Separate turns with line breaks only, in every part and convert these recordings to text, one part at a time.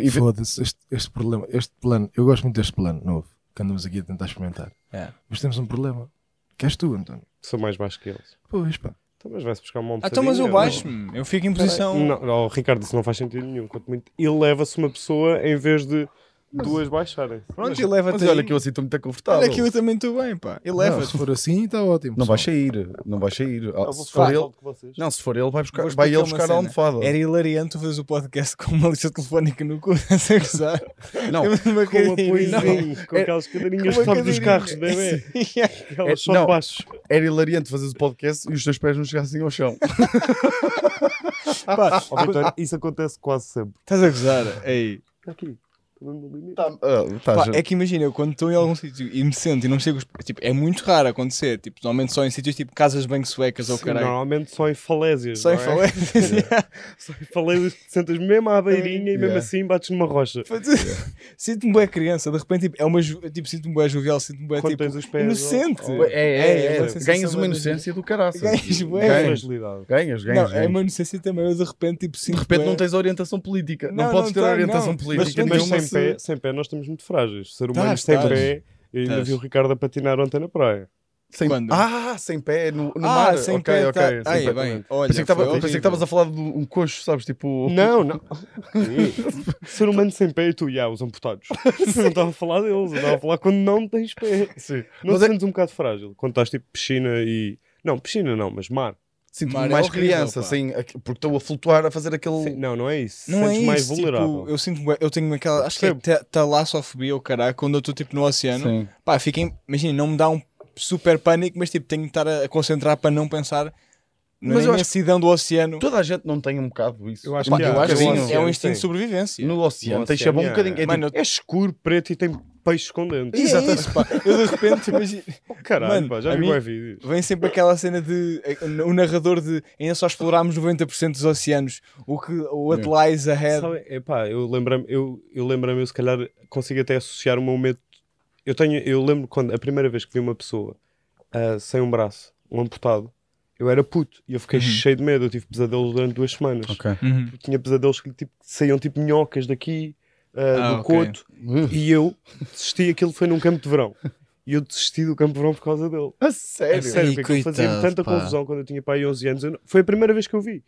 E foda-se, este, este problema, este plano, eu gosto muito deste plano novo que andamos aqui a tentar experimentar.
É.
Mas temos um problema. Que és tu, António.
Sou mais baixo que eles.
Pois pá.
Então, mas vai-se buscar uma
Ah, então, mas eu
almofadinha, ou-
baixo-me. Eu fico em posição.
Não, não, oh, Ricardo, isso não faz sentido nenhum. Quanto muito eleva-se uma pessoa em vez de duas baixarem.
Pronto,
Mas-
e leva-te.
Mas
aí.
olha que eu assim estou muito confortável.
Olha que eu também estou bem, pá. E
Leva,
leva-te.
se for assim, está ótimo.
Não vais
pessoal.
sair, não vais sair. Ah,
Eu vou
se
ficar
for
mais
ele,
alto que vocês.
não, se for ele, vai, buscar,
Vou
vai ele
explicar uma
buscar a
cena.
almofada.
Era hilariante tu fazer o podcast com uma lista telefónica no cu, sem gozar. É
Não,
uma
Com um apoiozinho, com
É-
aquelas cadeirinhas
com uma
top dos
cadeirinha.
carros, não é?
É,
Aquelas só
não.
de baixo.
era hilariante fazeres o podcast e os teus pés não chegassem ao chão.
Pá,
Ó, Vitória, isso acontece quase sempre.
estás a gozar. Ei.
Aqui. no meu limite.
Tá, ah, tá,
Pá,
já-
é que imagina, eu quando estou em algum sítio e me sento e não me chego. os- Tipo, é muito raro acontecer. Tipo, normalmente só em sítios tipo casas bem suecas ou
Sim,
caralho.
Normalmente só em falésias.
Só em
não é?
falésias.
Só em falésias que te sentas mesmo à beirinha e mesmo
Yeah.
assim bates numa rocha.
Sinto-me boa criança, de repente tipo, é uma ju- tipo, sinto-me boa jovial, sinto-me boa
Quando
tipo,
tens os pés.
inocente.
ao- ao-
é, é,
é, uma
é, ganhas
sensação
uma
de-
inocência do caraças.
Ganhas, bué.
à
ganhas,
tipo, é fragilidade.
ganhas,
Não,
ganhas.
é
ganhas.
uma inocência também, eu de repente tipo,
De
sinto
repente
bué-
não tens orientação política. Não,
Não,
podes
não
ter
tenho,
orientação
não.
Mas,
política.
mas
nenhuma
assim-
sem,
se-
pé, sem pé nós estamos muito frágeis. Ser humano
Tás,
sem
tás.
pé. Eu ainda
Tás.
vi o Ricardo a patinar ontem na praia.
sem-
Quando?
Ah, sem pé, no, no
ah,
mar.
sem
ok,
pé,
ok.
tá-
sem
Ai,
pé.
bem, olha,
Pensei que tava-
foi
pensei que
horrível.
estavas a falar de um coxo, sabes?
Uhum.
Tipo.
Não, não. Ser humano sem pé e tu, já, os amputados. Eu não estava a falar deles, eu estava a falar quando não tens pé.
Sim.
Não
Mas
te
é-
sentes um bocado frágil. Quando estás tipo piscina e. Não, piscina não, mas mar.
Sinto-me
Mar é
mais
horrível,
criança,
pá.
sem, porque estou a flutuar, a fazer aquele.
Sim, não, não é isso.
Não é
Sentes
isso,
mais
tipo,
vulnerável.
eu sinto bué- eu tenho aquela, acho que é
Percebo.
ta- talassofobia ou caralho, quando eu estou tipo no oceano,
Sim.
pá, fica, em- imagina, não me dá um super pânico, mas tipo, tenho que estar a a concentrar para não pensar na
Mas eu acho
imensidão do oceano.
Toda a gente não tem um bocado isso.
Eu acho
Pá,
que há,
eu
que
acho
sim,
é, um-
que
sim.
é
no
um instinto de sobrevivência.
no oceano
No
tens de chamar um
oceano,
bocadinho. É,
Mano,
tipo,
É escuro, preto e tem peixe escondendo.
E é isso, pá. Eu de repente, imagina,
Caralho,
Mano,
pá, já
a
vi
mim-
bué vídeos.
Vem sempre aquela cena de eh, o narrador de ainda só explorámos 90% dos oceanos, o que what lies ahead.
Sabe, epá, eu lembro-me, eu, eu lembro-me, eu se calhar consigo até associar o meu medo. Eu tenho, eu lembro quando a primeira vez que vi uma pessoa ah, sem um braço, um amputado, eu era puto e eu fiquei cheio de medo. Eu tive pesadelos durante duas semanas.
Ok.
Uhum.
Eu tinha pesadelos que tipo, saíam tipo minhocas daqui, ah,
Ah,
do
ok.
coto, e eu desisti. Aquilo foi num campo de verão. E eu desisti do campo de verão por causa dele.
A
É
sério?
sério,
Ei,
que aquilo fazia-me
coitado,
tanta
pá.
confusão quando eu tinha pai 11 anos. eu não- Foi a primeira vez que eu vi.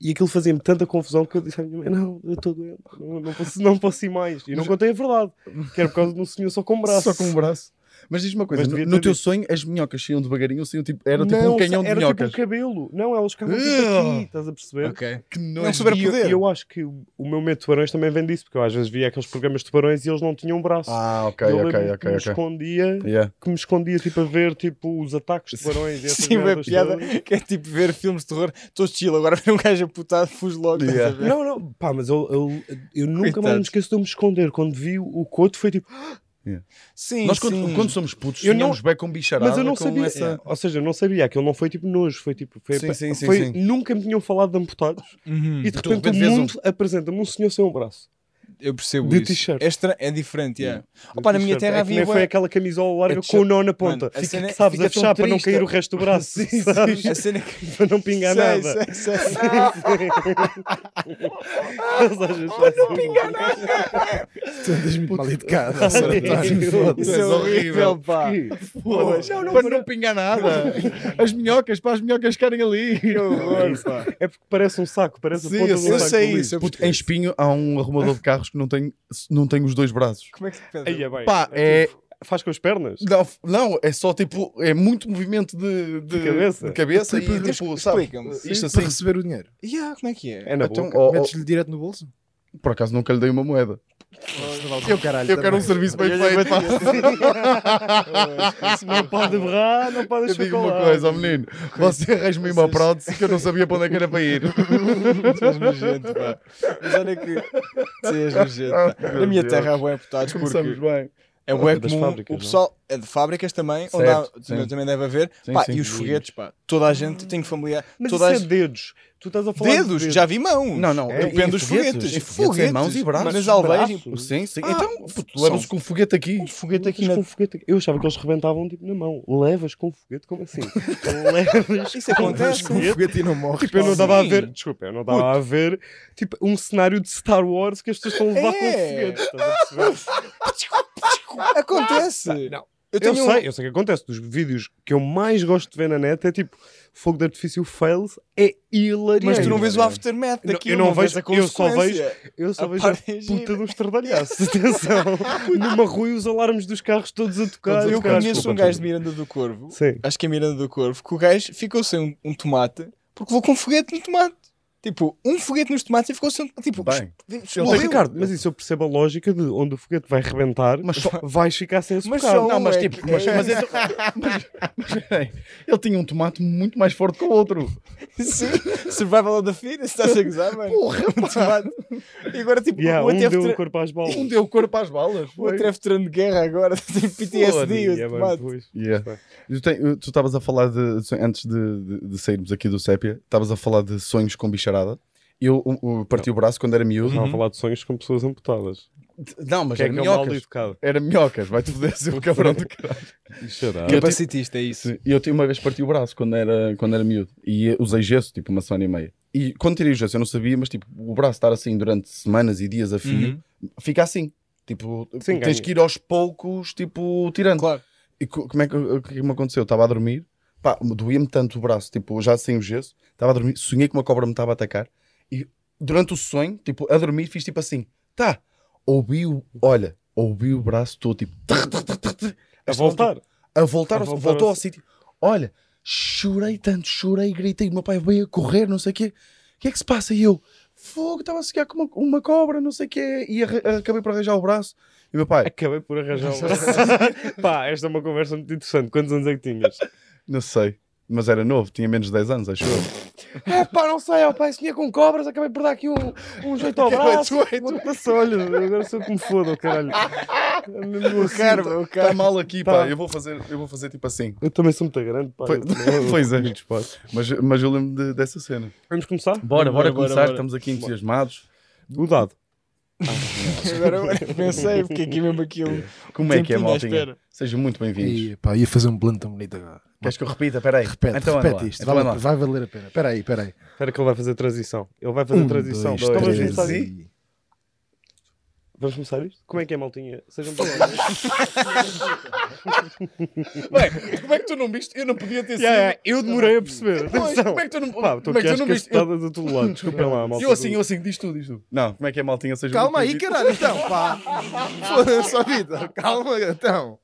E aquilo fazia-me tanta confusão que eu disse à minha mãe: Não, eu estou doente, não, não, posso, não posso ir mais. E não contei a verdade, que era por causa de um senhor só com um braço.
Só com um braço. Mas diz-me uma coisa:
Mas
no,
devia
no
ter
teu
dito.
sonho as minhocas saíam devagarinho, saíam tipo. Era tipo
não,
um canhão de
era tipo um
minhocas.
cabelo. Não, elas ficavam tipo
Ugh. Ah,
aqui, estás a perceber?
Ok.
Que
É um
nojo.
E eu,
superpoder.
e eu acho que o o meu medo de tubarões também vem disso, porque eu às vezes via aqueles programas de tubarões e eles não tinham braço.
Ah, ok,
eu
ok,
lembro-me que
ok,
me
ok.
escondia,
Yeah.
que me escondia tipo a ver tipo os ataques de tubarões e essas
Sim, uma
merdas
piada
todas.
que é tipo ver filmes de terror, estou chill, agora vem um gajo aputado, fujo logo.
Yeah.
estás a ver?
Não, não, pá, mas eu, eu, eu nunca mais
Coitado.
me esqueço de eu me esconder. Quando vi o- o Couto, foi tipo,
Sim,
Nós
sim.
quando, quando somos putos,
Eu não-
sonhamos bem com bicharada.
mas eu não
com
sabia.
Essa...
Ou seja, eu não sabia. Aquilo não foi tipo nojo, foi tipo. Foi,
Sim, sim, sim,
foi-
sim.
Nunca me tinham falado de amputados.
Uhum.
E de
Hum.
repente,
Tu de repente
o
vês
mundo apresenta-me um senhor sem um braço.
Eu percebo
De
isso.
t-shirt.
É, estra- é diferente, yeah.
Ah,
De
Opa, na minha
t-shirt.
terra
É que
havia
nem
bué-
Foi aquela camisola
É
larga
t-shirt.
com o nó na ponta.
Mano, a
Fica-
cena-
que sabes
é- fica
a
tão
fechar para não
triste.
cair o resto do braço. sabes?
A cena que
Para não pingar
Sei,
nada.
sei, sei, sei.
Mas às vezes faz um-
Tu andas muito mal educado.
tá
Sr. António.
Foda-se,
Isso é
és
horrível, pá.
Foda-se. para não pingar nada. As minhocas, para as minhocas ficarem ali.
É porque parece um saco, parece a
Sim,
ponta de um
eu
saco.
Eu sei
de lixo.
isso. eu
Puto, em
percebo.
espinho há um arrumador de carros que não tem, não tem os dois braços.
Como é que se
Aí
pede?
é bem.
Pá, é-
tipo, Faz com as pernas?
Não, f- não, é só tipo, é muito movimento de, de,
De cabeça.
de cabeça e
Mas
tipo, sabe?
explica-me.
Isto
Para
assim.
receber o dinheiro.
Yeah, como é que é?
É na
Então,
boca.
ó, ó,
Metes-lhe direto no bolso?
por acaso nunca lhe dei uma moeda.
Eu, caralho,
Eu quero um serviço bem feito. pá.
é
Não pode berrar, não pode
Eu digo uma coisa, ó menino, você arranja-me uma prótese que eu não sabia para onde é que era para ir.
Tu és nojento, pá. Mas olha que. Tu és nojento, pá.
Meu
Na minha
Deus.
Ah,
terra há bem amputados
Começamos
porque
bem.
É bué
das
comum,
fábricas,
o pessoal é de fábricas também, onde
Certo,
há-
sim.
também deve haver,
Sim,
pá,
sim.
e os foguetes, pá, toda a gente tem familiar,
Mas
toda a
isso é dedos. Tu estás a falar de
dedos, já vi mãos,
Não, não,
É,
depende
e
dos foguetes,
Em foguetes, em mãos e braços.
nas aldeias,
braços.
Sim, sim.
Ah,
então, puto,
são-
levas com um foguete aqui.
Um foguete aqui
Mas
com um foguete aqui. Eu achava que eles rebentavam tipo na mão. Levas com um foguete? Como assim? Levas
isso acontece,
Com um foguete e não morre.
Tipo, eu não
Sim.
estava a ver, desculpa, eu não estava a ver tipo, um cenário de Star Wars que as pessoas estão a levar com um
É.
foguete. Estás a perceber?
acontece,
Ah, Não,
eu
Eu
tenho um-
sei, eu sei que acontece. Dos vídeos que eu mais gosto de ver na net é tipo fogo de artifício fails é hilariante.
mas tu não vês o aftermath
Não,
daquilo,
eu não
vês
vejo-
a
eu só
consequência.
Eu só
A
vejo a
parte é
puta
gira.
de um estradalhaço. Atenção. Numa rua e os alarmes dos carros todos a tocar.
Eu
os carros-
conheço um
Desculpa,
gajo de
desculpa.
Miranda do Corvo,
Sim.
acho que é Miranda do Corvo, que o gajo ficou sem um, um tomate porque levou com um foguete no tomate. Tipo, um foguete nos tomates e ficou sem. Tipo,
Bem,
Mas,
morreu.
Ricardo, mas isso eu percebo a lógica de onde o foguete vai rebentar, mas vais ficar sem esse
Mas
bocado.
só
não,
um
mas
é
tipo,
que-
mas, mas, então- mas- mas peraí, ele tinha um tomate muito mais forte que o outro.
Sim, survival of the fittest, estás a gozar, mano?
Porra,
Um tomate. E agora, tipo,
Yeah,
o outro
um
é
deu
veterano-
o corpo às balas.
um deu corpo às balas.
o
foi. é,
outro é veterano de guerra agora, tem PTSD,
Yeah,
o
mano,
tomate.
pois.
Yeah. Eu tenho- eu- tu estavas a falar de, de- antes de, de- de sairmos aqui do Sépia, estavas a falar de sonhos com bicharada. Eu, eu parti o braço quando era miúdo.
Estava a falar de sonhos com pessoas amputadas.
Não, mas
Que Uhum. é que
era
é o mal
minhocas.
educado.
Era minhocas, vai-te foder seu cabrão do caralho.
Capacitista, é isso.
Sim, Eu tinha uma vez parti o braço quando era, quando era miúdo e usei gesso, tipo uma semana e meia. E quando tirei o gesso, eu não sabia, mas tipo, o braço estar assim durante semanas e dias a fio, fica assim. Tipo,
Uhum. Sim,
tens
ganha.
que ir aos poucos, tipo, tirando.
Claro.
E co- como é que, o que é que me aconteceu? Eu Estava a dormir, pá, me doía-me tanto o braço, tipo, já sem o gesso, estava a dormir, sonhei que uma cobra me estava a atacar e durante o sonho, tipo, a dormir, fiz tipo assim, tá, ouvi o, olha, ouvi o braço todo, tipo, tar, tar, tar, tar, tar.
A é
um
voltar. A
a voltar, ao-
voltar
voltou
ao
ao sítio, olha, chorei tanto, chorei, gritei, o meu pai veio a correr, não sei o quê, o que é que se passa? E eu, fogo, estava a sonhar com uma, uma cobra, não sei o quê, e arra- eh, acabei por arranjar o braço, e o meu pai,
Acabei por arranjar o braço. Pá, esta é uma conversa muito interessante. Quantos anos é que tinhas?
não sei. Mas era novo, tinha menos de 10 anos, acho eu.
É pá, não sei, ó pá, sonhei com cobras, acabei por dar aqui um, um jeito ao braço. Um passou-lhe, agora sou como foda, oh, caralho. É mesmo assim, tá-
Carva, o
Está
cara.
mal aqui,
Tá.
pá. Eu vou fazer, eu vou fazer tipo assim.
Eu também sou muito grande, pá.
Pois-
eu também- eu-
pois é.
muito espaço.
Mas, mas eu lembro de- dessa cena.
Vamos começar?
Bora,
bora começar,
Estamos aqui entusiasmados.
O dado.
Agora eu pensei, porque aqui mesmo aqui um.
Como é que é,
Tempinho à
maltinha?
espera.
Sejam muito bem-vindos.
E, pá, ia fazer um plano tão bonito agora.
Queres que eu repita? Peraí.
Repete,
anda
repete
lá.
isto.
Então
vale-
anda lá.
vai valer a pena. Espera aí, espera aí. Um,
Espera que ele vai fazer a transição. Ele vai fazer a transição.
dois,
Então vamos
três
começar isto.
e-
Vamos começar isto? Como é que é, maltinha? Sejam bem
Bem, como é que tu não viste? Eu não podia ter sido.
Eu demorei a perceber.
Pois,
Atenção.
Como é que tu não,
Pá, estou
como
aqui
é que tu
às
não viste? Eu,
castadas do todo lado. Desculpem lá, malta.
eu assim, eu assim, diz tu, diz tu. Não, como é que é, maltinha? Sejam
Calma aí,
muito bem-vindos.
caralho, então, pá. Foda-se, ó, Vitor. Calma, então.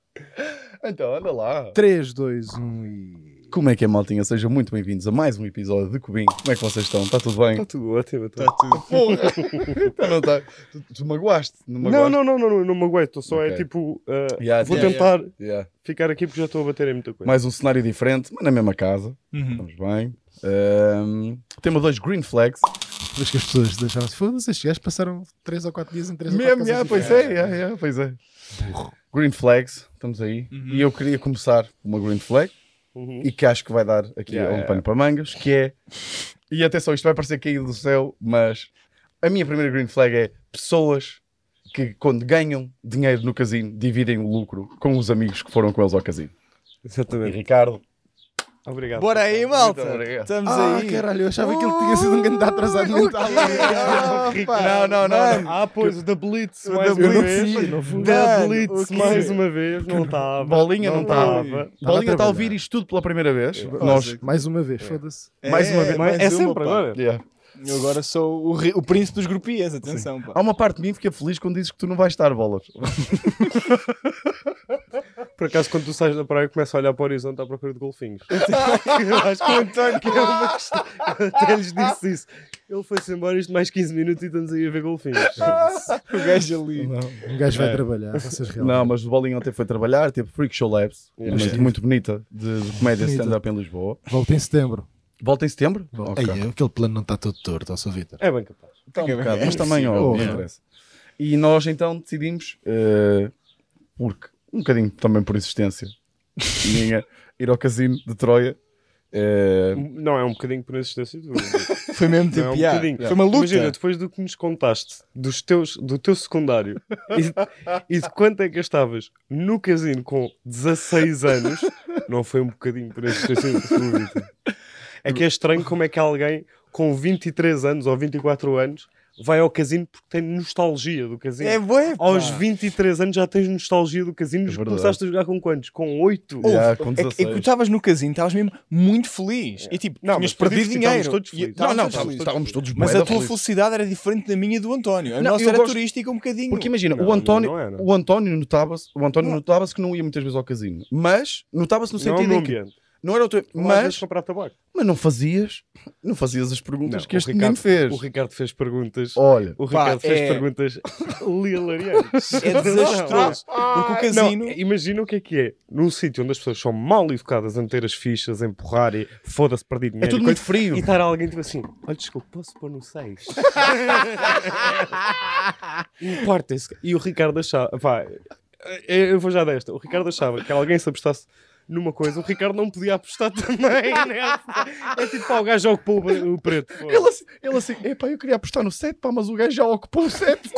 Então, anda lá.
3, 2, 1 e.
Como é que é, maltinha? Sejam muito bem-vindos a mais um episódio de Cubinho. Como é que vocês estão? Está tudo bem?
Está tudo ótimo. Tá.
Está tudo. Porra! Então não tá. Tu, tu magoaste. Não,
Não,
magoaste?
não, não, não, não, não me aguento. Só é
Ok.
tipo. uh,
Yeah,
vou
yeah,
tentar
Yeah.
ficar aqui porque já estou a bater em muita coisa.
Mais um cenário diferente, mas na mesma casa.
Uhum.
Estamos bem. Ahm, tema 2, Green Flags.
Depois que as pessoas deixaram-se, foda-se, estes gajos passaram 3 ou 4 dias em 3 ou 4
Mesmo, yeah, pois é, yeah, yeah, pois é. Green Flags, estamos aí. E eu queria começar uma Green Flag
Uhum.
e que acho que vai dar aqui
Yeah,
um
yeah.
pano para mangas, que é... E atenção, isto vai parecer caído do céu, mas a minha primeira Green Flag é pessoas que quando ganham dinheiro no casino, dividem o lucro com os amigos que foram com eles ao casino. E
Exatamente.
Ricardo,
Obrigado.
Bora aí, malta.
Muito obrigado.
é. Estamos
Ah,
aí. Ah,
caralho, eu achava que ele tinha sido um grande atrasado mental.
Não, não, não,
Mano,
Ah, pois, o da Blitz.
O
mais
da
uma
Blitz,
vez.
sim, não fui.
Da
Mano,
Blitz,
o quê?
mais uma vez. Não estava.
Bolinha não
Tava a
estava. Bolinha está a
trabalhar.
ouvir isto tudo pela primeira vez.
Nós,
Nós...
mais uma vez, foda-se.
Mais uma vez,
É sempre
pá.
agora.
Yeah.
Eu agora sou o, ri- o príncipe dos grupias, atenção, pá.
Há uma parte de mim que fica feliz quando dizes que tu não vais estar bolas.
Por acaso, quando tu sais da praia, começa a olhar para o horizonte à procura de golfinhos. eu acho que o António que é uma questão. Eu até lhes disse isso. Ele foi-se embora isto mais 15 minutos e estamos aí a ver golfinhos.
O gajo ali.
Um gajo vai trabalhar, vocês realmente.
É. Não, mas o Bolinho ontem foi trabalhar, teve Freak Show Labs, uma
Mas
noite muito bonita de, de comédia
Bonita.
stand-up em Lisboa.
Volta em setembro.
Volta em setembro?
Volta.
Ok.
Ei, aquele plano não está todo torto, ó, seu Vitor.
É bem capaz.
Tá um
É
bocado, mas
possível.
também ó, não
É.
interessa. E nós então decidimos, eh, porque um bocadinho também por existência minha, ir ao casino de Troia. eh,
Não, é um bocadinho por existência do
Foi mesmo tipo,
Não, é um
yeah,
bocadinho.
foi uma luta.
Imagina, depois do que nos contaste dos teus, do teu secundário e, e de quanto é que estavas no casino com 16 anos, não foi um bocadinho por existência do Vitor. É que é estranho como é que alguém com 23 anos ou 24 anos vai ao casino porque tem nostalgia do casino.
é bué, pá.
Aos 23 anos já tens nostalgia do casino.
É
e
verdade.
começaste a jogar com quantos? Com 8?
Ou- Yeah, com
é, que- é que
16.
tu estavas no casino, estavas mesmo muito feliz. E tipo,
É. Não,
tinhas
mas perdi,
perdido
tipo,
dinheiro.
estávamos todos
E-
felizes.
estávamos
Não, não,
todos
estávamos
felizes.
Estávamos todos
Mas
bué
a tua
da felizes.
felicidade era diferente da minha e do António. A
Não,
nossa
eu
era
gosto-
turística um bocadinho.
Porque imagina,
Não,
o António,
não é era.
o António notava-se, o António
Não.
notava-se que não ia muitas vezes ao casino, mas notava-se no
não, é um
sentido
não,
em que
ambiente.
não era o teu,
Ou às vezes
mas,
comprar tabaco.
mas não fazias, não fazias as perguntas
Não,
que
o
este
Ricardo-
menino fez.
O Ricardo fez perguntas
Olha,
O
Pá,
Ricardo fez
é-
perguntas hilariantes.
É desastroso. Porque o casino.
Não, imagina o que é que é. Num sítio onde as pessoas são mal educadas a meter as fichas, a empurrar e foda-se, perdi dinheiro.
é tudo
e
muito
coisa,
frio.
E estar alguém tipo assim: olha, desculpa, posso pôr no 6? Importa-se. E o Ricardo achava. Pá, é, eu eu vou já desta. O Ricardo achava que alguém se apostasse numa coisa, o Ricardo não podia apostar também. nessa. É tipo, pá, o gajo ocupou o o preto. foda-se.
Ele assim, ele assim, epá, eu queria apostar no 7, pá, mas o gajo já ocupou o 7.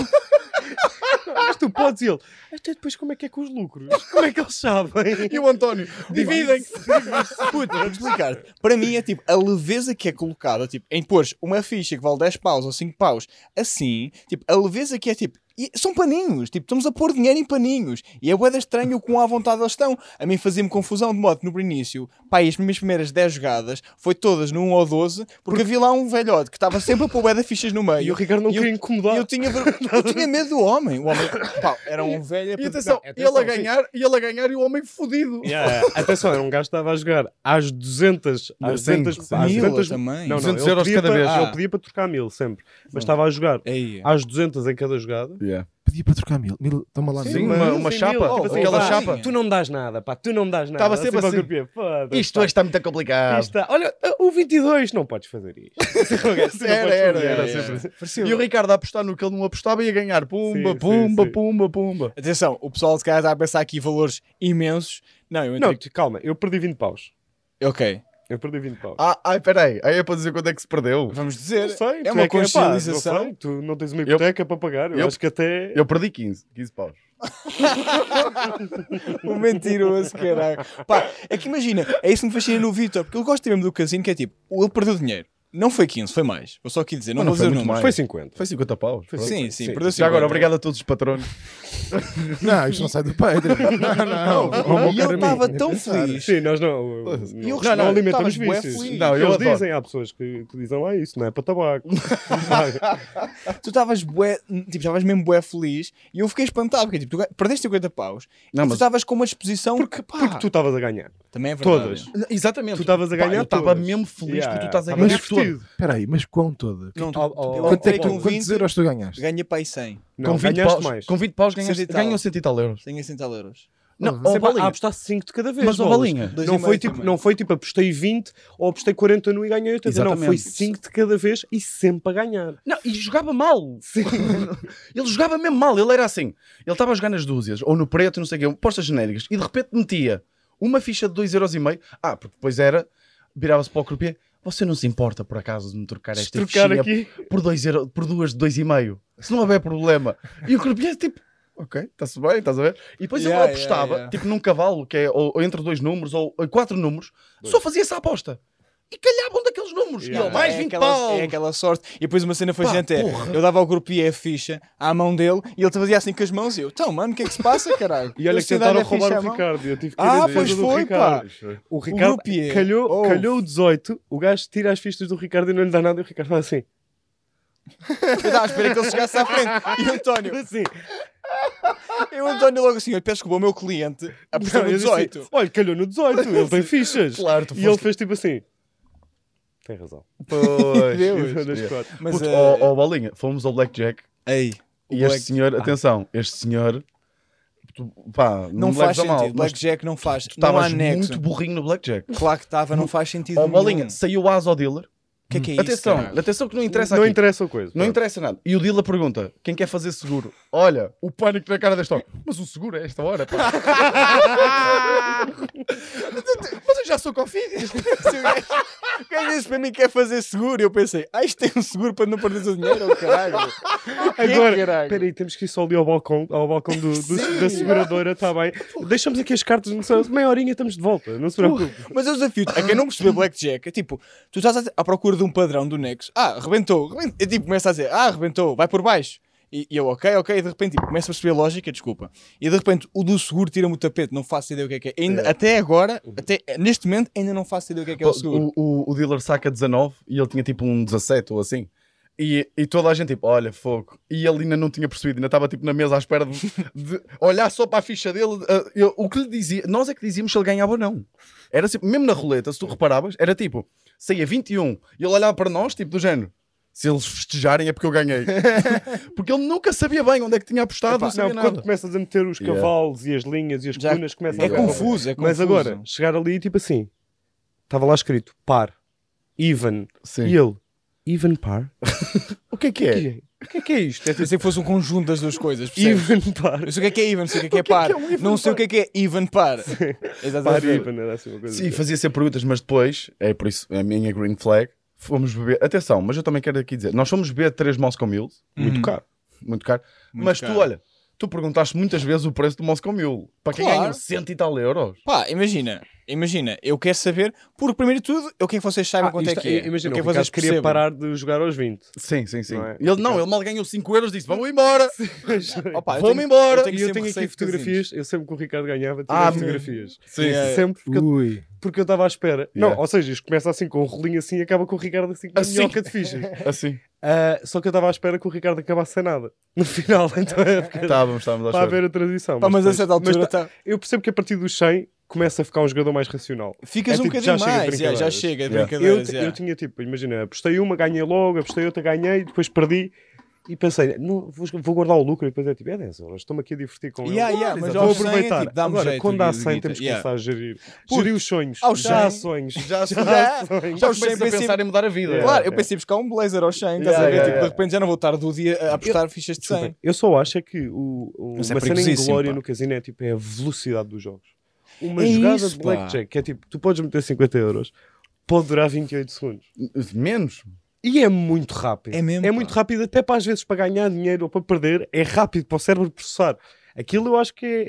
Mas tu podes e ele. Até depois, como é que é com os lucros? Como é que eles sabem?
E o António, dividem.
Puta, vou explicar-te. Para mim é tipo a leveza que é colocada, tipo, em pôres uma ficha que vale 10 paus ou 5 paus, assim, tipo, a leveza que é tipo. e são paninhos, tipo, estamos a pôr dinheiro em paninhos. E é boeda estranho o quão à vontade eles estão. A mim fazia-me confusão de modo que no início, pá, e as minhas primeiras 10 jogadas foi todas no 1 ou 12, porque, havia lá um velhote que estava sempre a pôr boeda fichas no meio.
E o Ricardo não
E eu-
queria incomodar.
e eu tinha, ver- eu tinha medo do homem. O homem, pá, era um velho.
E atenção, ele a ganhar, e ele a ganhar e o homem fodido.
Yeah, yeah. Atenção, era um gajo que estava a jogar às 200, às
Sim,
200,
sim.
às
Mila
200
também.
Não, não,
200
ele
euros
pedia
cada
para-
vez.
Ele pedia para trocar mil sempre, mas estava a jogar
Aí.
às 200 em cada jogada.
Pedi para trocar mil. Mil, toma lá
Sim,
mil.
uma-
mil,
uma
cem
chapa,
mil.
tipo
assim, aquela
vá,
chapa.
Tu não me dás nada, pá, tu não me dás nada.
Estava sempre
ao
assim.
campeão, foda-se,
Isto é
pá.
que está muito complicado.
Isto está- Olha, o 22, não podes fazer isto. Não podes
Era,
fazer,
era,
era
era,
sempre assim.
E o Ricardo a apostar no que ele não apostava e a ganhar. Pumba,
Sim,
pumba,
sim, sim.
pumba, pumba.
Atenção, o pessoal se calhar está a pensar aqui valores imensos. Não, eu
Não,
entrei.
tu- calma, eu perdi 20 paus.
Ok,
Eu perdi 20 paus.
Ah, ai, peraí. Aí é para dizer quando é que se perdeu.
vamos dizer.
Não sei,
é
tu
uma
que- pá,
consciencialização.
não sei, tu não tens uma hipoteca para pagar. Eu,
eu-
acho que até.
Eu perdi 15. 15 paus.
O um mentiroso, caralho. Pá, é que imagina, é isso que me fascina no Vitor, porque ele gosta mesmo do casino, que é tipo, ele perdeu dinheiro. Não foi 15, foi mais. Vou só aqui dizer, não,
Mas não
vou dizer
foi
o
muito
número.
Foi 50.
Foi 50 paus.
Foi
Pronto.
Sim, sim,
Sim.
perdeu 50.
Já agora, obrigado a todos os patronos.
Não, isto não sai do Patreon. Não, não.
E ele estava tão feliz.
Sim, nós não. Não,
E o
não,
restaurante
alimentamos
tava bué
vícios.
feliz.
Não, eu
Eles
adoro.
dizem, há pessoas que, que dizem lá isso, não é para tabaco.
Tu estavas bué, tipo, estavas mesmo bué feliz e eu fiquei espantado, porque tipo, tu ga- perdeste 50 paus
Não,
e tu
mas-
estavas com uma disposição
porque,
que, pá,
porque tu estavas a ganhar.
também é verdade.
Todas.
Exatamente.
Tu estavas a
Pá,
ganhar
Eu estava
todas.
mesmo feliz
Yeah,
porque tu estás a
estava
ganhar tudo.
divertido.
Espera aí, mas quão toda?
Não, tu,
Oh, oh,
eu
oh,
Quanto, é,
entrei
que-
oh,
com
quantos
20,
euros tu ganhaste?
ganhei pai 100.
Não,
com, 20
ganhaste
paus,
mais.
com 20 paus
Cento
ganhaste,
e tal.
ganham 100 e tal euros.
Tenho 100 tal euros.
Não,
Sempre
ó, Balinha.
a apostar 5 de cada vez.
Mas, ó,
bolas.
Balinha.
Dois
Não
e
foi,
meio
tipo,
também.
não foi tipo apostei 20 ou apostei 40 no e ganhei 80. Não, foi
Exatamente.
5 de cada vez e sempre a ganhar.
Não, e jogava mal. ele jogava mesmo mal. Ele era assim. Ele estava a jogar nas dúzias, ou no preto, não sei o quê, postas genéricas, e de repente metia uma ficha de 2,5€. Ah, porque depois era, virava-se para o croupier. Você não se importa, por acaso, de me trocar
Se
esta
trocar
fichinha
aqui.
por, dois euro, por duas de 2,5€? Se não houver problema. E o croupier, tipo, ok, está-se bem, estás a ver? E depois
Yeah,
ele apostava,
yeah, yeah.
tipo num cavalo, que é ou, ou entre dois números, ou, ou quatro números, só fazia essa aposta. E calhavam daqueles números.
Yeah.
E ele, mais
é
20
aquela,
paus.
É aquela sorte. E depois uma cena fascinante é:
porra.
eu dava ao grupier a ficha à mão dele e ele fazia assim com as mãos e eu, então, mano, o que é que se passa, caralho?
E olha que
Eu sei dar-lhe
tentaram
a ficha
roubar
à
o
mão.
Ricardo. e Eu tive que ir
Ah,
em defesa
pois
do
foi,
Ricardo.
pá.
O Ricardo
grupier.
calhou,
Ouve.
calhou o 18, o gajo tira as fichas do Ricardo e não lhe dá nada. E o Ricardo faz assim.
Eu estava à espera que ele chegasse à frente. E o António,
assim.
eu António logo assim: eu peço desculpa, o meu cliente apostou
Não,
no
eu disse, assim,
18.
Olha, calhou no 18, ele tem fichas.
Claro, tu
e ele
foste-
fez tipo assim. Tem razão.
Pois. é.
Deus.
E deu nas quatro.
Mas
Puto,
eh,
ó, ó, Bolinha, fomos ao Blackjack
ei, o
e
Black- Ah.
este senhor, atenção, este senhor, tu, pá, não,
não
me leves
faz
a mal,
sentido.
mas
Blackjack não faz.
tu
Não há
estavas
nexo.
muito burrinho no Blackjack.
Claro que estava, não faz sentido.
Ó Bolinha,
nenhum.
saiu o as ao dealer,
que é que é isso?
atenção,
caralho?
atenção que não interessa
não
aqui.
interessa a coisa.
Não
pronto.
interessa nada. E o Dila pergunta: quem quer fazer seguro? Olha, o pânico na cara deste homem. Mas o seguro é esta hora, pá. mas eu já sou confio.
Se o gajo- o gajo disse para mim que quer fazer seguro, e eu pensei, ah, isto tem um seguro para não perder o dinheiro, oh, caralho.
Agora,
caralho?
peraí, temos que ir só ali ao balcão, ao balcão do- do- da seguradora, está bem. Deixamos aqui as cartas, não sei, meia horinha estamos de volta, não se preocupe.
Mas eu desafio-te, a quem não percebeu Blackjack, é tipo, tu estás à- à procura de um padrão do Nexo, ah, rebentou, rebentou. e tipo, começa a dizer, ah, rebentou, vai por baixo. E, e eu, ok, ok, e de repente tipo, começa a perceber a lógica, desculpa. E de repente o do seguro tira-me o tapete, não faço ideia o que é que é. Ainda, Até agora, até, neste momento, ainda não faço ideia o que é que é o seguro.
O, o, o dealer saca 19 e ele tinha tipo um 17 ou assim. E, e toda a gente tipo, olha, fogo. E ele ainda não tinha percebido, ainda estava tipo na mesa à espera de, de olhar só para a ficha dele. ah, eu- o que lhe dizia, nós é que dizíamos se ele ganhava ou não. Era assim, mesmo na roleta, se tu reparavas, era tipo, saía 21 e ele olhava para nós, tipo do género. Se eles festejarem é porque eu ganhei. porque ele nunca sabia bem onde é que tinha apostado,
Epá,
não sabia
não, quando
nada.
começas a meter os
Yeah.
cavalos e as linhas e as
Já-
colunas, começa
É
a
Yeah.
ver.
confuso, é confuso.
Mas agora, chegar ali, tipo assim, estava lá escrito par, even,
Sim.
e ele, even par?
o que é que é?
O que é que é isto? É tipo,
Pensei que fosse um conjunto das duas coisas, percebes?
even par,
Eu sei o que é que é even, sei o que é que é par.
um even
não sei
par?
o que é que é even par.
par,
Exatamente.
even, era assim uma coisa.
Sim, fazia sempre perguntas, mas depois, é por isso a minha green flag, fomos beber. Atenção, mas eu também quero aqui dizer: nós fomos beber três Moscow Mule, muito
Hum.
Uhum.
caro, muito caro.
Muito
mas
caro.
tu, olha, tu perguntaste muitas vezes o preço do Moscow Mule para quem
Claro.
ganhou cento e tal euros.
Pá, imagina, imagina, eu quero saber, porque primeiro de tudo, eu quero que vocês saibam
Ah,
quanto
isto-
é que é.
Imagina,
eu
o
quero que
Ricardo
vocês
queria
percebam.
parar de jogar aos 20.
Sim, sim, sim.
Não é?
Ele não, ele mal ganhou 5 euros, disse: vamos embora,
Opa, eu
vamos
tenho-
embora.
tenho
E eu
sempre
tenho
receio
aqui
de casinos.
fotografias, eu sempre que o Ricardo ganhava, tinha
Ah,
fotografias.
Sim,
Yeah.
Sempre porque eu,
Ui.
porque eu estava à espera. Não,
Yeah.
ou seja, isto começa assim com um rolinho assim e acaba com o Ricardo assim com a
Assim.
minhoca de fichas.
Assim,
Ah, só que eu estava à espera que o Ricardo acabasse sem nada. No final, então é porque
estávamos, estávamos
Tá
para
à
haver
espera.
a transição.
Pá, mas a
depois-
certa altura
mas tá-
tá-
eu percebo que a partir dos 100 começa a ficar um jogador mais racional.
ficas
É
um
tipo, já
bocadinho
chega de
mais, yeah, já
brincadeiras.
chega de
Yeah.
Eu,
brincadeiras.
ti-
yeah.
eu tinha tipo, imagina, apostei uma, ganhei logo, apostei outra, ganhei, depois perdi. E pensei, não, vou, vou guardar o lucro e depois é tipo, é 10 euros, estou-me aqui a divertir com
Yeah,
ele.
yeah, mas
vou
aos 100 é
aproveitar.
tipo, dá-me
Agora,
jeito,
quando há
guita,
100 temos que
yeah.
começar a gerir.
Porque
gerir os sonhos.
aos
Já há
100,
sonhos.
Já, já,
Já-
já
aos 100
começas a
pensei-
pensar em mudar a vida.
Claro, eu pensei buscar um blazer ao 100, estás a ver?
Yeah, yeah,
Tipo, de
yeah.
repente já não vou estar do dia a apostar fichas de 100.
Desculpem, eu só acho é que o, o- uma
Isso é
cena em
perigosíssimo,
glória
pá.
no casino é tipo é a velocidade dos jogos. Uma
É
jogada
isso,
de
pá.
blackjack que é tipo, tu podes meter 50 euros, pode durar 28 segundos.
Menos.
E é muito rápido.
É mesmo,
É
pá.
muito rápido, até para às vezes para ganhar dinheiro ou para perder, é rápido para o cérebro processar. Aquilo eu acho que é. É,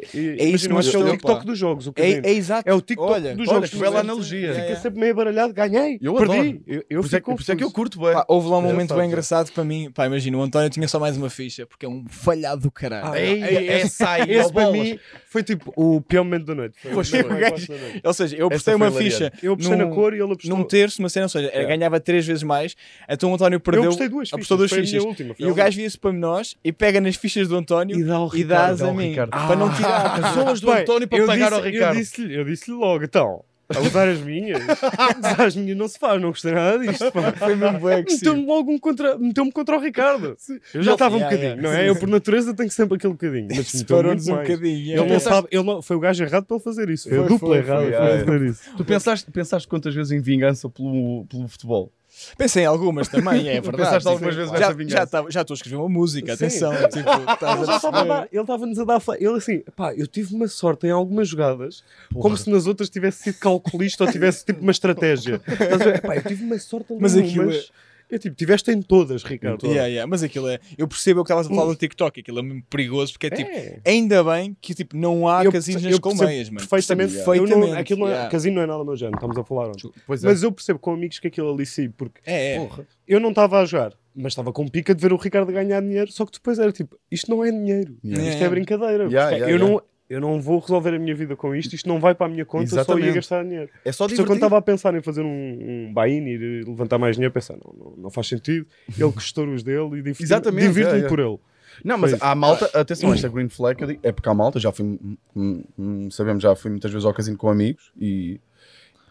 imagina,
isso,
eu
mas
acho que é o
eu-
TikTok
pá.
dos jogos. O casino.
É, é exato.
É o TikTok
Olha,
dos
Olha,
jogos.
que bela
Fica
analogia.
Yeah, yeah.
sempre meio baralhado, ganhei,
Eu
perdi.
adoro.
Eu,
Eu
eu
por, isso é,
fico
que- por isso é que eu
confuso.
curto, bué.
Pá, houve lá um
É,
momento
sabe,
bem engraçado para mim. Pá, imagina, o António tinha só mais uma ficha, porque é um falhado do caralho.
Ah,
Ei, essa aí, ó,
Esse para
bolas.
mim foi tipo o pior momento da noite. Foi
Pois,
o
o
pior
gajo-
momento da noite.
Ou seja, eu apostei
Essa foi
uma
hilariante.
ficha.
Eu apostei
num-
na cor e ele apostou.
Num terço, uma cena, ou seja,
Yeah.
ganhava três vezes mais, então o António perdeu.
apostei duas
apostou
fichas,
duas
foi a
fichas.
minha última, foi
e
a
o gajo via-se para nós e pega nas fichas do António
E dá ao
e
Ricardo, Ah.
dás
dá ao
a mim.
Ricardo.
Para não tirar.
São as do
Bem,
António para
eu
pagar
disse-
ao Ricardo.
Eu disse-lhe eu disse-lhe logo, então, a usar as minhas? usar as minhas não se faz, não gostei nada disto. pá.
Foi mesmo bué que sim.
Meteu-me logo um contra, meteu-me contra o Ricardo. Eu já estava um
Yeah, yeah.
bocadinho, não é? Eu, por natureza, tenho sempre aquele bocadinho. Mas meteu-me
Separou-nos
muito
um
mais.
bocadinho.
Ele não
yeah.
sabe, ele não, foi o gajo errado para ele fazer isso. Foi, é. a
Foi,
dupla
foi,
errada
foi,
para ele
yeah.
fazer isso.
Tu pensaste, pensaste quantas vezes em vingança pelo, pelo futebol?
Pensei em algumas também, é verdade.
Pensaste
Sim,
algumas
sim.
vezes
Já-
nessa vingança?
já tava- Já estou a escrever uma música,
Sim.
atenção. tipo, estás
Ah, Ele
a
já estava a
perceber.
dar- ele estava-nos a dar. fla- Ele assim, pá, eu tive uma sorte em algumas jogadas, como se nas outras tivesse sido calculista ou tivesse tipo uma estratégia. Estás a ver? Pá, eu tive uma sorte em
Mas aquilo é-
algumas. Eu tipo, tiveste em todas, Ricardo.
Yeah, yeah, Mas aquilo é. Eu percebo o que estavas a falar do TikTok, aquilo é mesmo perigoso, porque é tipo.
É.
Ainda bem que tipo, não há
Eu
casinos
perce-
nas
eu percebo
colmeias, mano.
Perfeitamente.
Percebo
Eu não,
perfeitamente,
aquilo não é-
yeah.
Casino não é nada meu género, estamos a falar. ontem.
Pois é.
Mas eu percebo com amigos que aquilo ali sim, porque
É, é.
eu não estava a jogar, mas estava com pica de ver o Ricardo ganhar dinheiro, só que depois era tipo, isto não é dinheiro,
Yeah.
isto é brincadeira.
Yeah,
porque
yeah,
eu,
yeah.
Não, eu não vou resolver a minha vida com isto, isto não vai para a minha conta, só ia
Exatamente.
gastar dinheiro.
é só
Por isso, eu quando
divertido.
estava a pensar em fazer um, um buy-in e de levantar mais dinheiro, pensar, não, não, não faz sentido, ele custou os dele e divirto-
Exatamente, é,
divirto-me
yeah, yeah.
por ele.
Não, mas
Pois.
há malta, atenção, esta green flag que eu digo, é porque há malta, já fui, hum, hum, hum, sabemos, já fui muitas vezes ao casino com amigos e,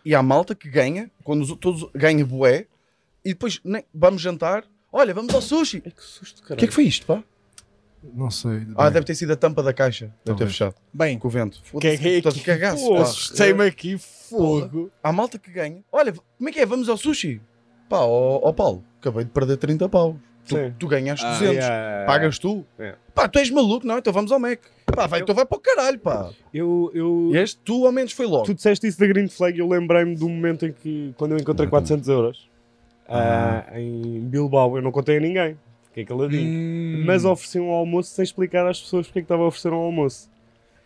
e há malta que ganha, quando os- todos ganha bué e depois nem- vamos jantar, olha, vamos ao sushi.
Ai, que susto,
O
caralho.
que é que foi isto, pá?
Não sei.
Ah, deve ter sido a tampa da caixa, deve ter
Talvez.
fechado,
Bem,
com o vento.
que- é que-
Foda-se, cagaço,
Pô,
pá.
assustei-me aqui, fogo.
Há malta que ganha, olha, como é que é, vamos ao sushi? Pá, ó ó Paulo, acabei de perder 30 paus. Tu,
Sim.
tu ganhaste
Ah,
200.
Yeah.
Pagas tu?
É.
Pá, tu és maluco, não? Então vamos ao Mac. Pá, vai,
Eu-
então vai para o caralho, pá.
Eu, eu,
Este, tu ao menos foi logo.
Tu disseste isso da Green Flag, eu lembrei-me do momento em que, quando eu encontrei 400 euros ah, em Bilbao, eu não contei a ninguém, fiquei
Hum.
caladinho.
Hum.
Mas ofereci um almoço sem explicar às pessoas porque é que estava a oferecer um almoço.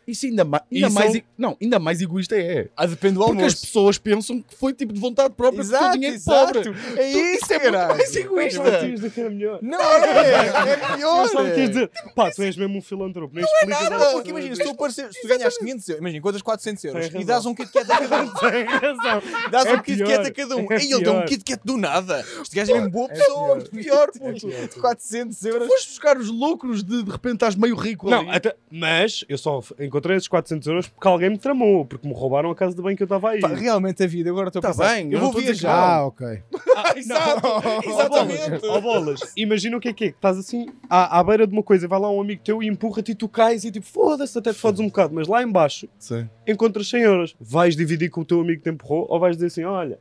Isso ainda, ma- ainda
Isso
mais.
é um-
e- Não, ainda mais egoísta é.
Ah, depende do
Porque as
almoço.
pessoas pensam que foi tipo de vontade própria porque o teu
Exato,
dinheiro
exato.
pobre.
É
Tu-
isso,
isso é muito
caralho.
mais
Eu
egoísta.
tinha que era melhor.
Não é, é
Eu
pior.
só me quis
é.
dizer, pá, tu és mesmo um filantropo,
é
nem explicas às
Não,
pessoas.
porque imagina, se tu, aparecer, se tu ganhas 500 euros, imagina, encontras 400 euros
Tem
e dás um Kit Kat a cada um.
Tem razão.
Dás
É
um Kit Kat a
pior.
cada um.
É
Ei, ele deu um
pior. É
Kit Kat do nada. Este gajo é mesmo boa pessoa.
Pior, pior, puto.
pior.
De 400 euros.
Foste buscar os lucros de de repente estás meio rico
Não,
ali.
até- mas eu só encontrei esses 400 euros porque alguém me tramou, porque me roubaram a casa de banho que eu estava aí.
Pá, realmente a vida, agora estou a
Tá
pensar.
bem, eu
eu
não
vou
estou a dizer que
viajar.
Ah, ok.
Exato, exatamente.
Ó bolas, imagina o que é que é, que estás assim à, à beira de uma coisa, e vai lá um amigo teu e empurra-te e tu cais e tipo, foda-se, até te fodes um bocado, mas lá embaixo
Sim.
encontras 100 euros. Vais dividir com o teu amigo que te empurrou ou vais dizer assim, olha,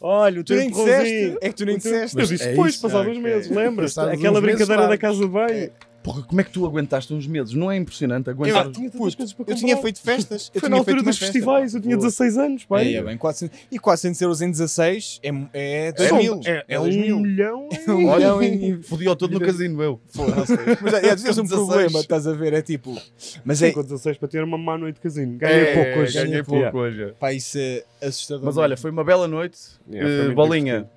olha, o
Tu
teu
nem
empurrãozinho.
disseste. É que tu nem
o teu-
disseste.
Eu
Mas
disse
é
depois,
isso?
passados
Ah,
uns
ok.
meses, lembras?
Passados uns
Aquela
meses,
brincadeira
claro.
da casa de banho.
Porra, como é que tu aguentaste uns meses? Não é impressionante
Eu,
aguentar.
tinha tantas
puto,
coisas para
eu tinha
comprar.
feito festas. eu
Foi
tinha
na altura
feito uma
dos
festa.
festivais, eu tinha
Boa.
16 anos,
É,
pai.
é bem, 400. E 400 euros em 16 é, é 2
São-
mil.
é, é
2
um milhão.
É um
Olha,
milhão em
Fodia-o todo no
Vida-
casino, eu.
Foda-se. Mas é, é, às vezes um
16.
problema, estás a ver? É tipo. Mas é.
Com 16 para ter uma má noite de casino. Ganhei pouco hoje.
É, Ganhei pouco hoje.
Pá, isso é assustador.
Mas olha, foi uma bela noite.
Yeah,
Eh,
foi muito
bolinha.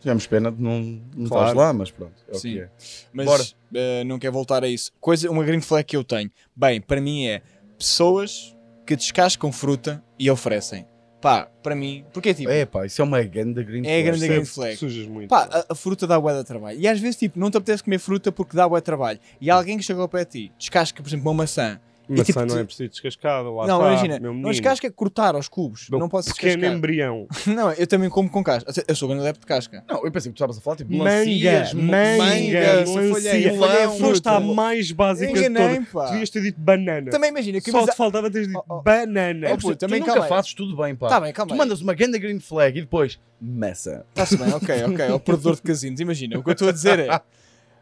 Tivemos pena de não, não
Claro.
estás lá, mas pronto. É o
Sim.
que é.
Mas
bora.
eh, não quero voltar a isso. Coisa, uma green flag que eu tenho. Bem, para mim é pessoas que descascam fruta e oferecem. Pá, para mim. Porque é tipo. É,
É pá, isso é uma grande green
a grande
flash.
green flag.
Sujas muito.
Pá, a, a fruta dá bué de trabalho. E às vezes, tipo, não te apetece comer fruta porque dá bué de trabalho. E alguém que chegou ao pé de ti, descasca, por exemplo, uma maçã.
Maçã
e tipo,
não
tu-
é preciso descascada. Lá
não,
está,
imagina.
meu
Não
menino.
descasca, cortar aos cubos.
Meu
não posso
Pequeno
descascar.
embrião.
Não, eu também como com casca. Eu sou grande adepto de casca.
Não, eu pensei que tu estavas a falar tipo
Manga,
melancias, mo-
manga,
manga, folha-
melancia.
folha-
Foste à
fruta.
mais básica de
um Enganei,
todas.
pá.
Tu devias ter dito banana.
Também imagina que
Só
mas-
te faltava teres dito
Oh, oh.
banana.
É,
Não,
puto,
tu
também
nunca
calma aí.
fazes tudo bem, pá.
Tá bem, calma
tu
aí.
mandas uma grande green flag e depois massa.
Está-se bem, ok, ok. é O perdedor de casinos, imagina. O que eu estou a dizer é.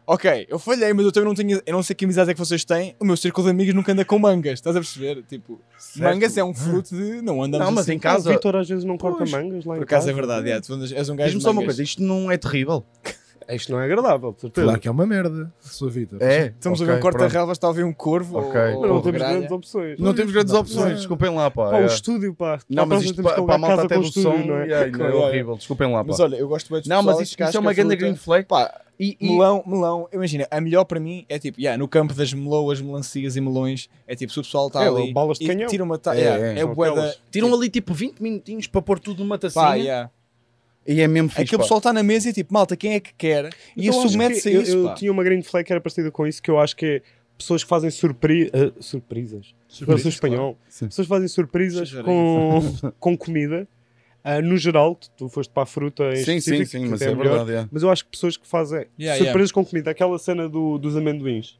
Ok, eu falhei, mas eu também não tenho. Eu não sei que amizades é que vocês têm. O meu círculo de amigos nunca anda com mangas, estás a perceber? Tipo, mangas é um fruto de. Não andamos
Não, mas
assim.
em
O
casa.
Vitor às vezes não
Pois.
corta mangas lá em
Por acaso
casa.
é verdade, é, tu andas- és um gajo.
Diz-me
de
só uma
mangas.
coisa, isto não é terrível.
Isto não é agradável, de certeza.
Claro que é uma merda, sua vida.
É.
Estamos a
Ok,
ver um
pronto.
corta-relvas, está a ver um corvo.
Ok.
Ou,
Mas
ou
não temos
gralha.
grandes opções.
Não temos grandes
Não,
opções,
não.
desculpem lá, pá.
Pá,
é.
o estúdio, pá.
Não, mas isto para, para a malta até do som yeah, não é
Claro.
horrível, desculpem lá, pá.
Mas olha, eu gosto bem de
não, mas isto, isto é uma grande green flag.
Pá,
E, e-
melão, melão, imagina, a melhor para mim é tipo, yeah, no campo das meloas, melancias e melões, é tipo, se o pessoal está
É,
ali
balas de
e
canhão.
tira uma ta...
É,
yeah,
é,
é,
são
bué da-
aquelas.
tiram ali tipo 20 minutinhos para pôr tudo numa tacinha.
Pá, yeah.
E é mesmo fixe,
Aquele
pá.
pessoal está na mesa e é tipo, malta, quem é que quer? E
Então, acho
submete-se a
é
que eu-
isso,
Eu,
pá.
tinha uma green flag que era parecida com isso, que eu acho que é pessoas que fazem surpri ah, surpresas. Agora sou espanhol.
Sim.
Pessoas que fazem surpresas
Sim.
com, com comida. Ah, no geral, tu, tu foste para a fruta em
Sim, sim,
específico,
sim,
que
mas
até
é
melhor.
verdade, é.
Mas eu acho que pessoas que fazem
Yeah,
surpresas com comida, aquela cena do- dos amendoins.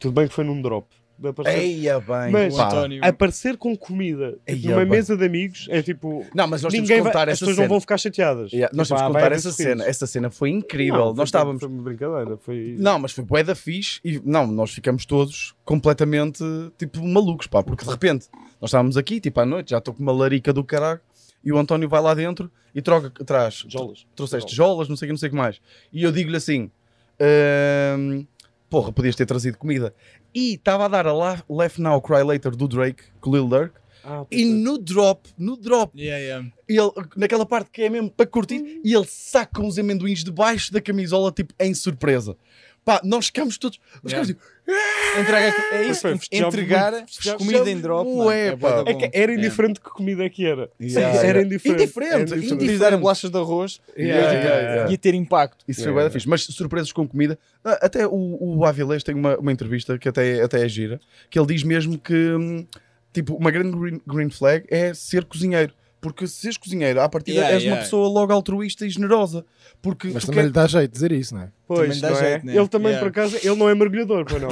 Tudo bem que foi num drop. de aparecer-
Eia bem,
é. Mas-
pá.
António.
Aparecer com comida tipo,
Ei,
numa
opa.
mesa de amigos é tipo.
Não, mas nós temos que
ninguém vai-
contar
as
essa
pessoas não
cena.
vão ficar chateadas.
Yeah,
Tipo,
Nós temos
ah,
que
vai
contar
haver
essa
sorrisos.
cena. Essa cena foi
Não,
incrível.
foi-
nós estávamos.
Foi uma brincadeira. Foi...
Não, mas foi bué da fixe e não, nós ficamos todos completamente tipo malucos, pá, porque de repente nós estávamos aqui, tipo à noite, já estou com uma larica do caralho e o António vai lá dentro e troca, traz,
Jolas.
trouxeste jolas, não sei o que, não sei o que mais. E eu digo-lhe assim: "Ahm, Porra, podias ter trazido comida. E estava a dar a La- Laugh Now Cry Later do Drake com Lil Durk.
Ah,
E no drop, no drop,
Yeah, yeah.
ele, naquela parte que é mesmo para curtir, e ele saca uns amendoins debaixo da camisola, tipo em surpresa. Pá, nós ficamos todos. Nós
Yeah.
ficamos tipo,
Entrega, é isso,
Foi, festejamos
entregar
festejamos
comida em drop.
muito,
mano,
é,
bué da
pá.
bom.
É que era indiferente que comida é que era.
Yeah,
era
yeah.
indiferente.
Indiferente,
Era
indiferente.
Podia dar bolachas de arroz
Yeah,
e eu, tipo,
yeah, yeah.
ia ter impacto.
Isso
Yeah,
foi bué da
yeah.
fixe. Mas surpresas com comida. Ah, Até o, o Avilés tem uma, uma entrevista que até, até é gira, que ele diz mesmo que hum, tipo, uma grande green, green flag é ser cozinheiro. Porque se és cozinheiro, à partida
Yeah,
és
yeah.
uma pessoa logo altruísta e generosa. Porque
Mas
tu
também
quer-
lhe dá jeito dizer isso, não é?
Pois,
Também dá
não é?
jeito, né?
Ele também,
Yeah.
por acaso, ele não é mergulhador, pois não?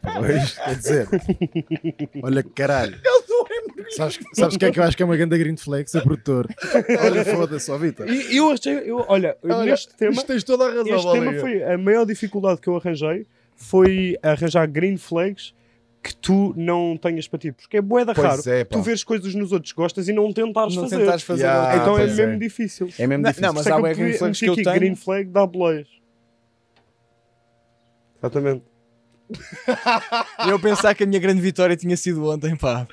Pois, quer dizer. Olha que caralho.
Ele não é
Sabes, sabes quem é que eu acho que é uma ganda green flex? É produtor. Olha, foda-se, ó Vitor.
E eu achei, eu, olha,
Olha,
neste
é
tema,
Isto tens toda a razão,
este tema
Baleia.
foi a maior dificuldade que eu arranjei foi arranjar green flags que tu não tenhas para ti, porque é boeda
Pois
raro.
é, pá.
tu vês coisas nos outros que gostas e não tentares
Não
fazer.
tentares Ah, fazer.
Yeah.
outra
Então é
pois
mesmo
é.
difícil.
É mesmo
Não, não, Ah,
Por
difícil.
mas
isso é
há
que
bué
eu
green
podia
flags
meter
que eu
aqui
tenho.
green flag dá boleias. Exatamente.
E Eu pensar que a minha grande vitória tinha sido ontem, pá.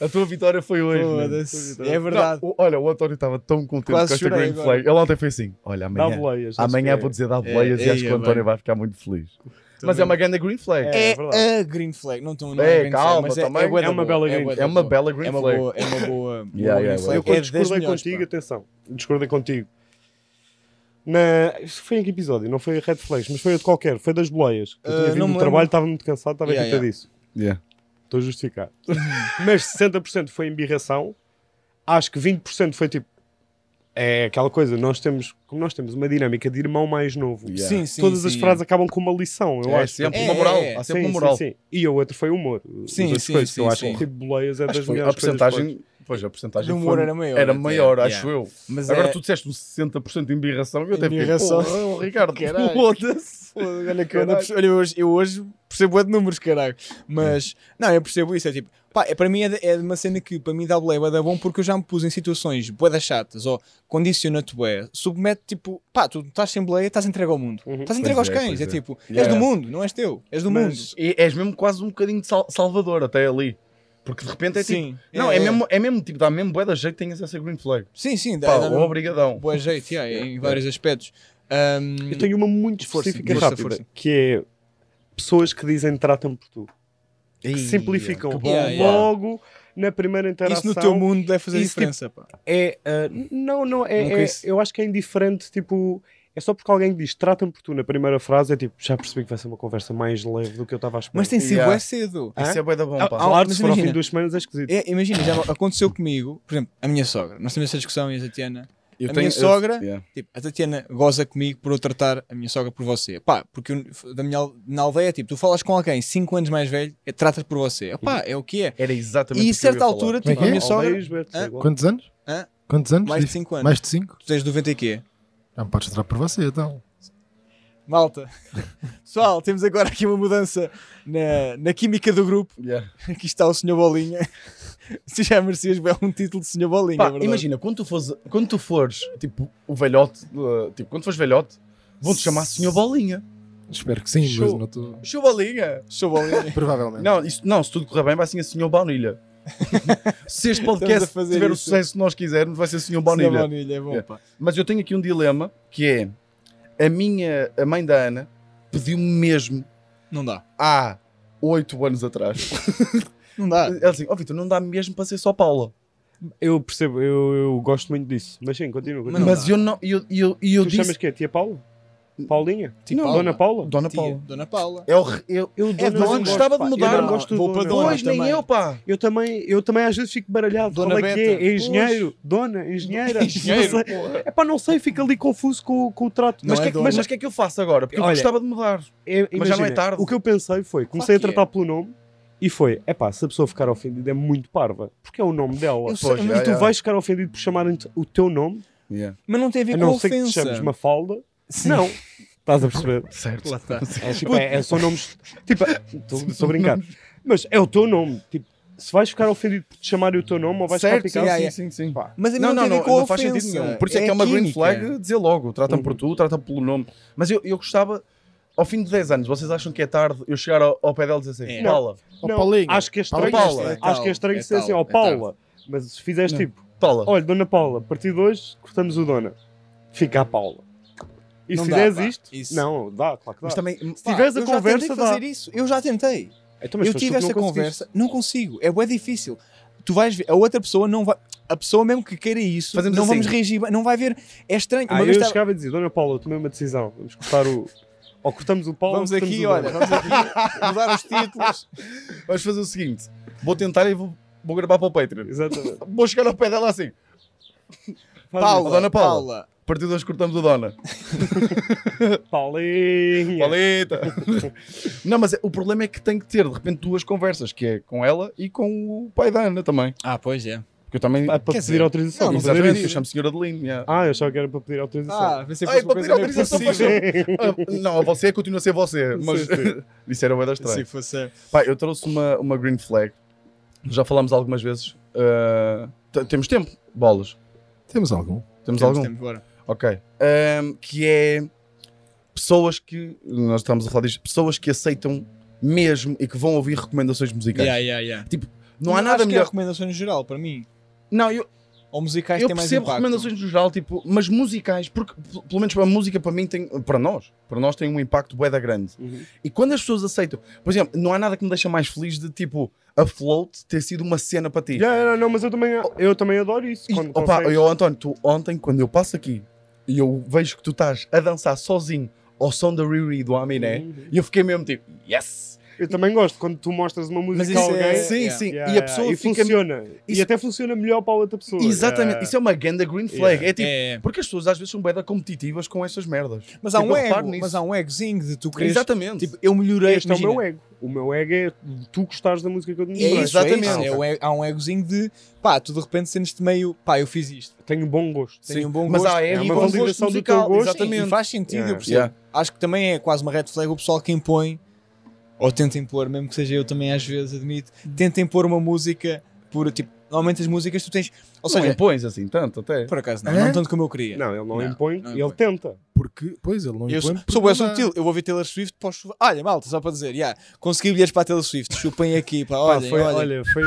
A tua vitória foi hoje. mano.
Foda-se. É verdade.
Não, o- olha, o António estava tão contente
Quase
com esta
chorei
green
agora.
flag. Ele ontem foi assim: olha,
Dá
amanhã.
boleias. acho
Amanhã
que é.
vou dizer dá boleias e
é,
acho que o
é,
António
bem.
vai ficar muito feliz. Mas é uma grande green flag.
É
É,
verdade.
a green flag. Não, tão, não
É,
é, green
calma,
flag, mas
também.
é, bué da
É uma
boa,
bela green-
bué da
É uma
boa.
bela green
é uma
flag.
boa, é uma boa, uma
Yeah,
boa
yeah,
green
yeah.
flag.
Eu quando
é 10
discordei
milhões,
contigo,
pá.
atenção, discordei contigo. Na... Isso foi em que episódio? Não foi a Red Flags, mas foi a de qualquer, foi das boleias. Eu
Ah,
tinha vindo
não
do
me
trabalho,
lembro.
estava muito cansado, estava
Yeah,
irritado disso.
Yeah.
Estou a justificar. mas 60% foi embirração, acho que 20% foi tipo. É aquela coisa, nós temos, como nós temos uma dinâmica de irmão mais novo,
Yeah.
Sim, sim,
todas as
sim.
frases acabam com uma lição, eu
É
acho.
sempre
É,
uma moral.
é, é.
Há sempre
Sim,
uma moral.
sim, sim. E o outro foi o humor. As
Sim,
outras
sim,
coisas,
sim,
eu acho
sim.
que o tipo de boleias é
Acho que
das
foi-
melhores
a
coisas que podes-
porcentagem. Pois, a porcentagem
Do humor
foi-
era maior,
Era
até.
maior,
Yeah.
acho eu.
Mas
Agora
é-
tu disseste um 60% de embirração e eu até fiquei,
Embirração.
porra, o Ricardo,
Caralho.
foda-se.
Olha, que eu, ando a perce- olha, eu hoje, eu hoje percebo é de números, caralho. Mas, não, eu percebo isso. É tipo, pá, é, para mim é, de- é de uma cena que para mim dá bué bué da bom porque eu já me pus em situações bué da chatas ou condiciona-te bué, submete tipo, pá, tu estás sem boleia, estás entregue ao mundo.
Uhum.
Estás entregue
Pois
aos
é,
cães.
pois
É,
é.
tipo, és
Yeah.
do mundo, não és teu, és do
Mas-
E és mesmo quase um bocadinho de sal- salvador até ali. Porque de repente é
mundo.
tipo...
Sim.
Não, é, mesmo, é mesmo tipo, dá mesmo bué da jeito que tenhas essa green flag.
Sim, sim, dá,
Pá,
dá mesmo
obrigadão.
bué jeito, yeah, em vários aspectos. Um, Ahm,
Eu tenho uma muito
Força,
específica
força,
rápida,
força.
que é pessoas que dizem tratam-me por tu.
Ei,
Que simplificam
que bom.
Yeah, yeah.
logo na primeira interação.
isso no teu mundo deve fazer
Isso,
diferença,
tipo,
pá.
É, ah, não, não, é,
Nunca
é-
isso-
eu acho que é indiferente, tipo... É só porque alguém diz trata-me por tu na primeira frase, é tipo, já percebi que vai ser uma conversa mais leve do que eu estava a esperar.
Mas tem sido
Yeah.
bué cedo.
Isso é bué da bom,
Ah,
pá.
Claro,
mas
se for ao fim de
imagina.
duas semanas é esquisito.
É, imagina, já aconteceu comigo, por exemplo, a minha sogra. Nós temos essa discussão e a Tatiana.
Eu
a
tenho-
minha sogra,
eu- yeah.
tipo, a Tatiana goza comigo por eu tratar a minha sogra por você. Pá, porque eu- da minha, al- na aldeia, tipo, tu falas com alguém 5 anos mais velho, é, tratas por você. Pá, é o que é.
Era
E a
exatamente o que eu ia
certa
falar.
altura,
Como é
tipo,
que
a
é?
minha
Aldeia
sogra,
e Gilberto, é
Hã?
igual.
Quantos anos?
Hã?
Quantos anos?
mais de
Dif-
5 anos.
Mais de 5?
Tu tens 90 e quê?
Já me podes entrar por você, então.
Malta. Pessoal, temos agora aqui uma mudança na, na química do grupo.
Yeah.
Aqui está o Sr. Bolinha. Se já merecias bem um título de Sr. Bolinha,
Pá,
é verdade.
imagina, quando tu, fores, quando tu fores, tipo, o velhote, uh, tipo, quando fores velhote, vão-te chamar Senhor Bolinha.
Espero que sim, mas
Show.
não estou.
Senhor Bolinha!
Sr. Bolinha.
Provavelmente.
É. Não, isso, não, se tudo correr bem, vai ser Senhor Baunilha. se este
Estamos a
podcast
fazer
tiver o
isso.
sucesso que nós quisermos, vai ser Senhor
Sr.
Baunilha.
Bonilha, é bom,
Yeah.
pá.
Mas eu tenho aqui um dilema, que é, a minha, a mãe da Ana, pediu-me mesmo,
Não dá.
há oito anos atrás,
Não dá.
ela disse, ó Vitor, não dá mesmo para ser só Paula.
Eu percebo, eu, eu gosto muito disso. Mas sim, continua. continua.
Mas não
Mas
dá.
eu não, e eu, e eu, e eu
tu
disse,
chamas que é Tia Paula? Paulinha?
Tipo,
Não, Dona Paula?
Dona
Tia,
Paula.
Dona Paula.
É o re- eu,
Eu,
É, mas eu
não
gostava de
pá.
mudar.
Eu não gosto
Vou
do
para
Dona.
Dona.
pois, nem
também.
eu, pá.
Eu também, eu também às vezes fico baralhado.
Dona
Qual é que é?
Beta.
É engenheiro? Dona? Engenheira?
Engenheiro,
Não sei. É pá, não sei, fico ali confuso com, com o trato.
Não
Mas o
é
que é que-
dona.
mas o que é que eu faço agora? Porque eu
Olha,
gostava de mudar.
É,
Mas já não é
imagina,
tarde.
O que eu pensei foi, comecei
Claro
a
que
tratar pelo nome e foi, é pá, se a pessoa ficar ofendida é muito parva, porque é o nome dela.
Eu
sei,
e
já,
tu
já.
vais ficar ofendido por chamarem-te o teu nome,
Mas não tem a ver
a
com
não ser que te
ofensa.
chames Mafalda.
Sim.
Não. Estás a perceber?
Certo.
Lá está.
É, tipo, é, é só nomes. Tipo, estou a brincar. Mas é o teu nome. Tipo, se vais ficar ofendido por te chamarem o teu nome ou vais
Certo,
ficar assim. picado.
yeah, yeah.
sim, sim.
Pá.
Mas a mim não,
não,
tem a
não,
ver com
não faz
ofensa.
sentido nenhum. Por isso é que é uma green
química.
flag dizer logo. Trata-me
Uhum.
por tu, trata-me pelo nome. Mas eu, eu gostava, ao fim de 10 anos, vocês acham que é tarde eu chegar ao, ao pé dela e dizer assim,
É.
Paula,
Ó,
Não,
Paulinho.
Acho que é estranho.
Paula.
É tal,
acho que é estranho
é
ser assim,
tal,
ó
é tal.
Paula. Mas se fizeres
Não.
tipo,
Paula.
olha, Dona Paula, a partir de hoje cortamos o Dona. Fica a Paula. E
Não
se
dá,
fizeres
pá.
isto,
Isso.
não, dá, claro que dá.
Mas também,
se tiveres a
eu já
conversa,
tentei
dá.
fazer isso. Eu já tentei.
Então, mas
eu
foste tu
tive
que não
essa
conseguiste.
conversa. Não consigo. É bué difícil. Tu vais ver, a outra pessoa não vai. A pessoa mesmo que queira isso,
Fazemos
não
assim.
vamos reagir. bem, Não vai ver. É estranho.
Ah,
Uma
eu
vez estava-
chegava a dizer, Dona Paula, eu tomei uma decisão. Vamos cortar o. Ou cortamos o Paulo
Vamos
ou cortamos
aqui,
o Dona.
olha, vamos aqui mudar os títulos.
vamos fazer o seguinte. Vou tentar e vou, vou gravar para o Patreon.
Exatamente.
Vou chegar ao pé dela assim.
Faz isso.
Paula,
Dona Paula.
Paula.
partir de hoje cortamos a dona.
É.
Paulinha!
Paleta! não, mas é- o problema é que tem que ter, de repente, duas conversas, que é com ela e com o pai da Ana também.
Ah, pois é.
Porque eu também...
Ah, para
Quer
pedir
dizer, não,
autorização. para
mas
fazer
Exatamente, eu
isso.
chamo Senhora Adeline. yeah.
Ah, eu achava que era para pedir autorização.
Ah, pensei que
Ai,
fosse uma
para
coisa
pedir autorização
meio
para
possível.
Ah, Não, a você continua a ser você, mas isso era bué da estranha.
Se fosse.
Pá, eu trouxe uma, uma green flag. Já falámos algumas vezes. Ah, t- temos tempo? Bolas.
é-
Temos algum?
Temos,
Temos
algum?
tempo, bora.
Ok. Ahm, que é pessoas que. Nós estamos a falar disto. Pessoas que aceitam mesmo e que vão ouvir recomendações musicais.
Yeah, yeah, yeah.
Não há
Mas
nada
acho que é
melhor.
recomendações no geral, para mim.
Não, eu,
Ou musicais
eu
têm mais
percebo
impacto.
recomendações no geral, tipo, mas musicais, porque p- pelo menos a música para mim tem. Para nós, para nós tem um impacto bué da grande.
Uhum.
E quando as pessoas aceitam, por exemplo, não há nada que me deixa mais feliz de tipo a float ter sido uma cena para ti.
Yeah, yeah, não, mas eu também, eu também adoro isso.
E,
quando
opa,
consegues.
eu, António, tu ontem, quando eu passo aqui e eu vejo que tu estás a dançar sozinho ao som da Riri e do Aminé,
Uhum.
e eu fiquei mesmo tipo, yes! Tipo,
Eu também gosto quando tu mostras uma música
isso
a
é-
alguém.
sim,
yeah.
sim.
Yeah,
e a
yeah,
pessoa
e
fica.
funciona. E
Isso-
até funciona melhor para a outra pessoa.
Exatamente,
Yeah.
isso é uma ganda green flag.
Yeah.
É tipo,
É, é.
porque as pessoas às vezes são bem competitivas com essas merdas.
Mas há
Tipo,
um
eu reparo
ego,
nisso.
mas há um egozinho de tu queres.
Exatamente.
Tipo, eu melhorei.
Este é o
imagina.
meu ego. O meu ego é tu gostares da música que eu te
É
mostrei.
isso, é
Exatamente.
isso. É o ego- há um egozinho de pá, tu de repente sentes-te meio pá, eu fiz isto.
Tenho bom gosto.
Tenho um bom
Mas
gosto.
há
É
ego e
uma
bom gosto
validação do
musical.
teu gosto.
Exatamente.
Sim, faz sentido,
Yeah.
eu percebo.
Yeah.
Acho que também é quase uma red flag o pessoal que impõe, ou tenta impor, mesmo que seja eu também às vezes, admito, tenta impor uma música por tipo, normalmente as músicas tu tens, ou
não
seja,
impões assim tanto até.
por acaso não,
Hã?
não tanto como eu queria.
Não, ele não,
Não,
impõe,
não
ele
impõe.
tenta.
Porque, pois, ele não
Eu sou,
impõe.
sou
porque
bem
não dá.
subtil, eu vou ver Taylor Swift, posso chupar. Olha, malta, só para dizer, yeah, consegui bilhetes para a Taylor Swift, chupem aqui, pá,
Pá,
olha,
foi,
olha,
olha, foi